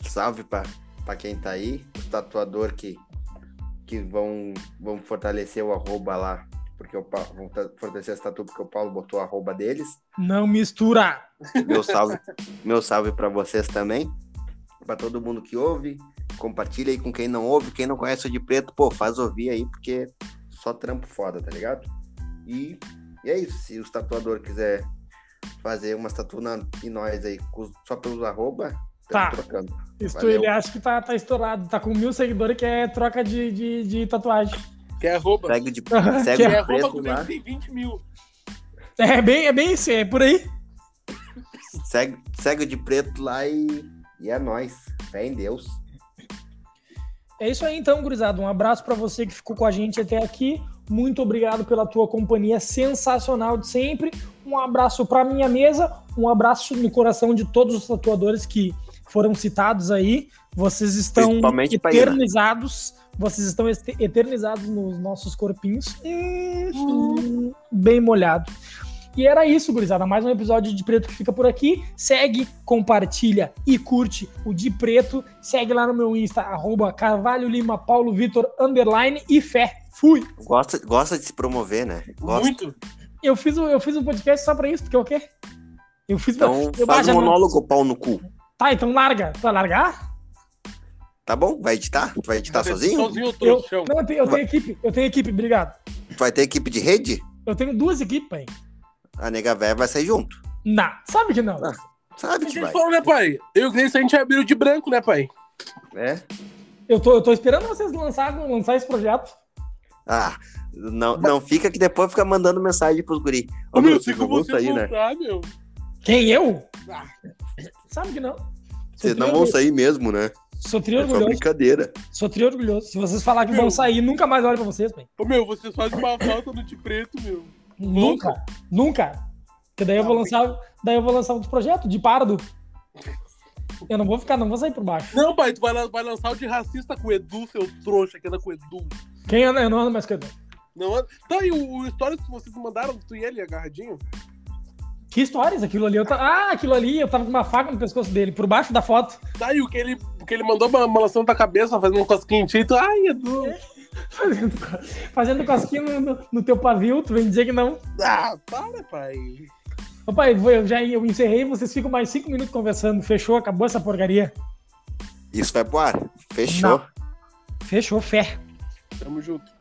Speaker 1: salve pra, pra quem tá aí, os tatuador que, que vão, vão fortalecer o arroba lá, porque o Pa- vão ta- fortalecer as tatu porque o Paulo botou o arroba deles.
Speaker 2: Não mistura.
Speaker 1: Meu salve, meu salve para vocês também, pra todo mundo que ouve, compartilha aí com quem não ouve, quem não conhece o de preto, pô, faz ouvir aí porque só trampo foda, tá ligado? E, e é isso, se os tatuador quiser fazer umas tatu na, em nós aí, com- só pelos arroba,
Speaker 2: Tá.
Speaker 1: estamos trocando.
Speaker 2: Isso
Speaker 1: Valeu.
Speaker 2: ele acha que tá, tá estourado, tá com mil seguidores que é troca de, de, de tatuagem.
Speaker 3: Que é
Speaker 2: Tá.
Speaker 3: arroba.
Speaker 1: Segue o de, segue
Speaker 3: Que
Speaker 1: o
Speaker 3: é
Speaker 1: de
Speaker 3: arroba
Speaker 1: preto
Speaker 3: com
Speaker 1: lá.
Speaker 3: 20 mil.
Speaker 2: É bem, é bem isso, é por aí.
Speaker 1: Segue, segue o de preto lá e, e é nóis. Fé em Deus.
Speaker 2: É isso aí então, gurizada. Um abraço pra você que ficou com a gente até aqui. Muito obrigado pela tua companhia sensacional de sempre. Um abraço pra minha mesa, um abraço no coração de todos os tatuadores que foram citados aí. Vocês estão
Speaker 1: Principalmente pra Ira.
Speaker 2: eternizados. Vocês estão este- eternizados nos nossos corpinhos. Hum, Bem molhado. E era isso, gurizada. Mais um episódio de Preto que fica por aqui. Segue, compartilha e curte o de Preto. Segue lá no meu Insta, arroba Carvalho Lima Paulo Vitor, underline e fé. Fui!
Speaker 1: Gosta, gosta de se promover, né? Gosta.
Speaker 3: Muito.
Speaker 2: Eu fiz, o- eu fiz um podcast só pra isso, porque eu quê? Eu fiz.
Speaker 1: Então
Speaker 2: eu-
Speaker 1: faz
Speaker 2: ah, já
Speaker 1: um
Speaker 2: não-
Speaker 1: monólogo, pau no cu.
Speaker 2: Tá, então larga. Tu vai largar?
Speaker 1: Tá bom? Vai editar? Tu vai editar tá sozinho?
Speaker 3: Sozinho, eu
Speaker 2: Eu,
Speaker 3: tô chão.
Speaker 2: não, eu, tenho, eu tenho equipe, eu tenho equipe, obrigado.
Speaker 1: Tu vai ter equipe de rede?
Speaker 2: Eu tenho duas equipes, pai.
Speaker 1: A nega véia vai sair junto.
Speaker 2: Não, sabe que não.
Speaker 1: Ah. Sabe
Speaker 3: A
Speaker 1: que
Speaker 3: gente
Speaker 1: vai.
Speaker 3: falou, né, pai? Eu e o Gleison, a gente abriu de branco, né, pai?
Speaker 1: né?
Speaker 2: Eu tô, eu tô esperando vocês lançarem lançar esse projeto.
Speaker 1: Ah, não, não fica que depois fica mandando mensagem pros guri. Ô,
Speaker 3: Ô,
Speaker 1: meu,
Speaker 3: meu,
Speaker 1: vocês
Speaker 3: sei
Speaker 1: não
Speaker 3: como
Speaker 1: vão
Speaker 3: você
Speaker 1: sair, né?
Speaker 3: comprar, meu.
Speaker 2: Quem, eu? Ah, Sabe que não.
Speaker 1: Vocês não vão sair mesmo, né?
Speaker 2: Sou tri
Speaker 1: É só
Speaker 2: orgulhoso.
Speaker 1: brincadeira.
Speaker 2: Sou tri orgulhoso. Se vocês falarem que vão
Speaker 1: Hum.
Speaker 3: Meu.
Speaker 2: sair, nunca mais olho pra vocês, pai.
Speaker 3: Ô, meu, vocês fazem uma falta no de preto, meu.
Speaker 2: Nunca. Nunca. Porque daí eu vou
Speaker 3: Não,
Speaker 2: lançar. Daí eu vou lançar outro projeto de pardo. Eu não vou ficar, não vou sair por baixo.
Speaker 3: Não, pai, tu vai, lan- vai lançar o de racista com o Edu, seu trouxa, que anda com o Edu.
Speaker 2: Quem anda, eu não ando mais com ele.
Speaker 3: Não anda. Tá, e o, o stories que vocês mandaram, tu e ele agarradinho?
Speaker 2: Que histórias? Aquilo ali. Eu ta- Ah, aquilo ali, eu tava com uma faca no pescoço dele, por baixo da foto. *laughs*
Speaker 3: Tá, e o que ele, o que ele mandou uma, uma lação da cabeça, fazendo um cosquinho em ti, tu, ai, Edu.
Speaker 2: Fazendo, fazendo cosquinha no- no, no teu pavio, tu vem dizer que não.
Speaker 3: Ah, para, pai.
Speaker 2: Ô, pai, vou- eu já eu encerrei, vocês ficam mais cinco minutos conversando. Fechou, acabou essa porcaria.
Speaker 1: Isso vai pro ar. Fechou.
Speaker 2: Fechou, fé.
Speaker 3: Tamo junto.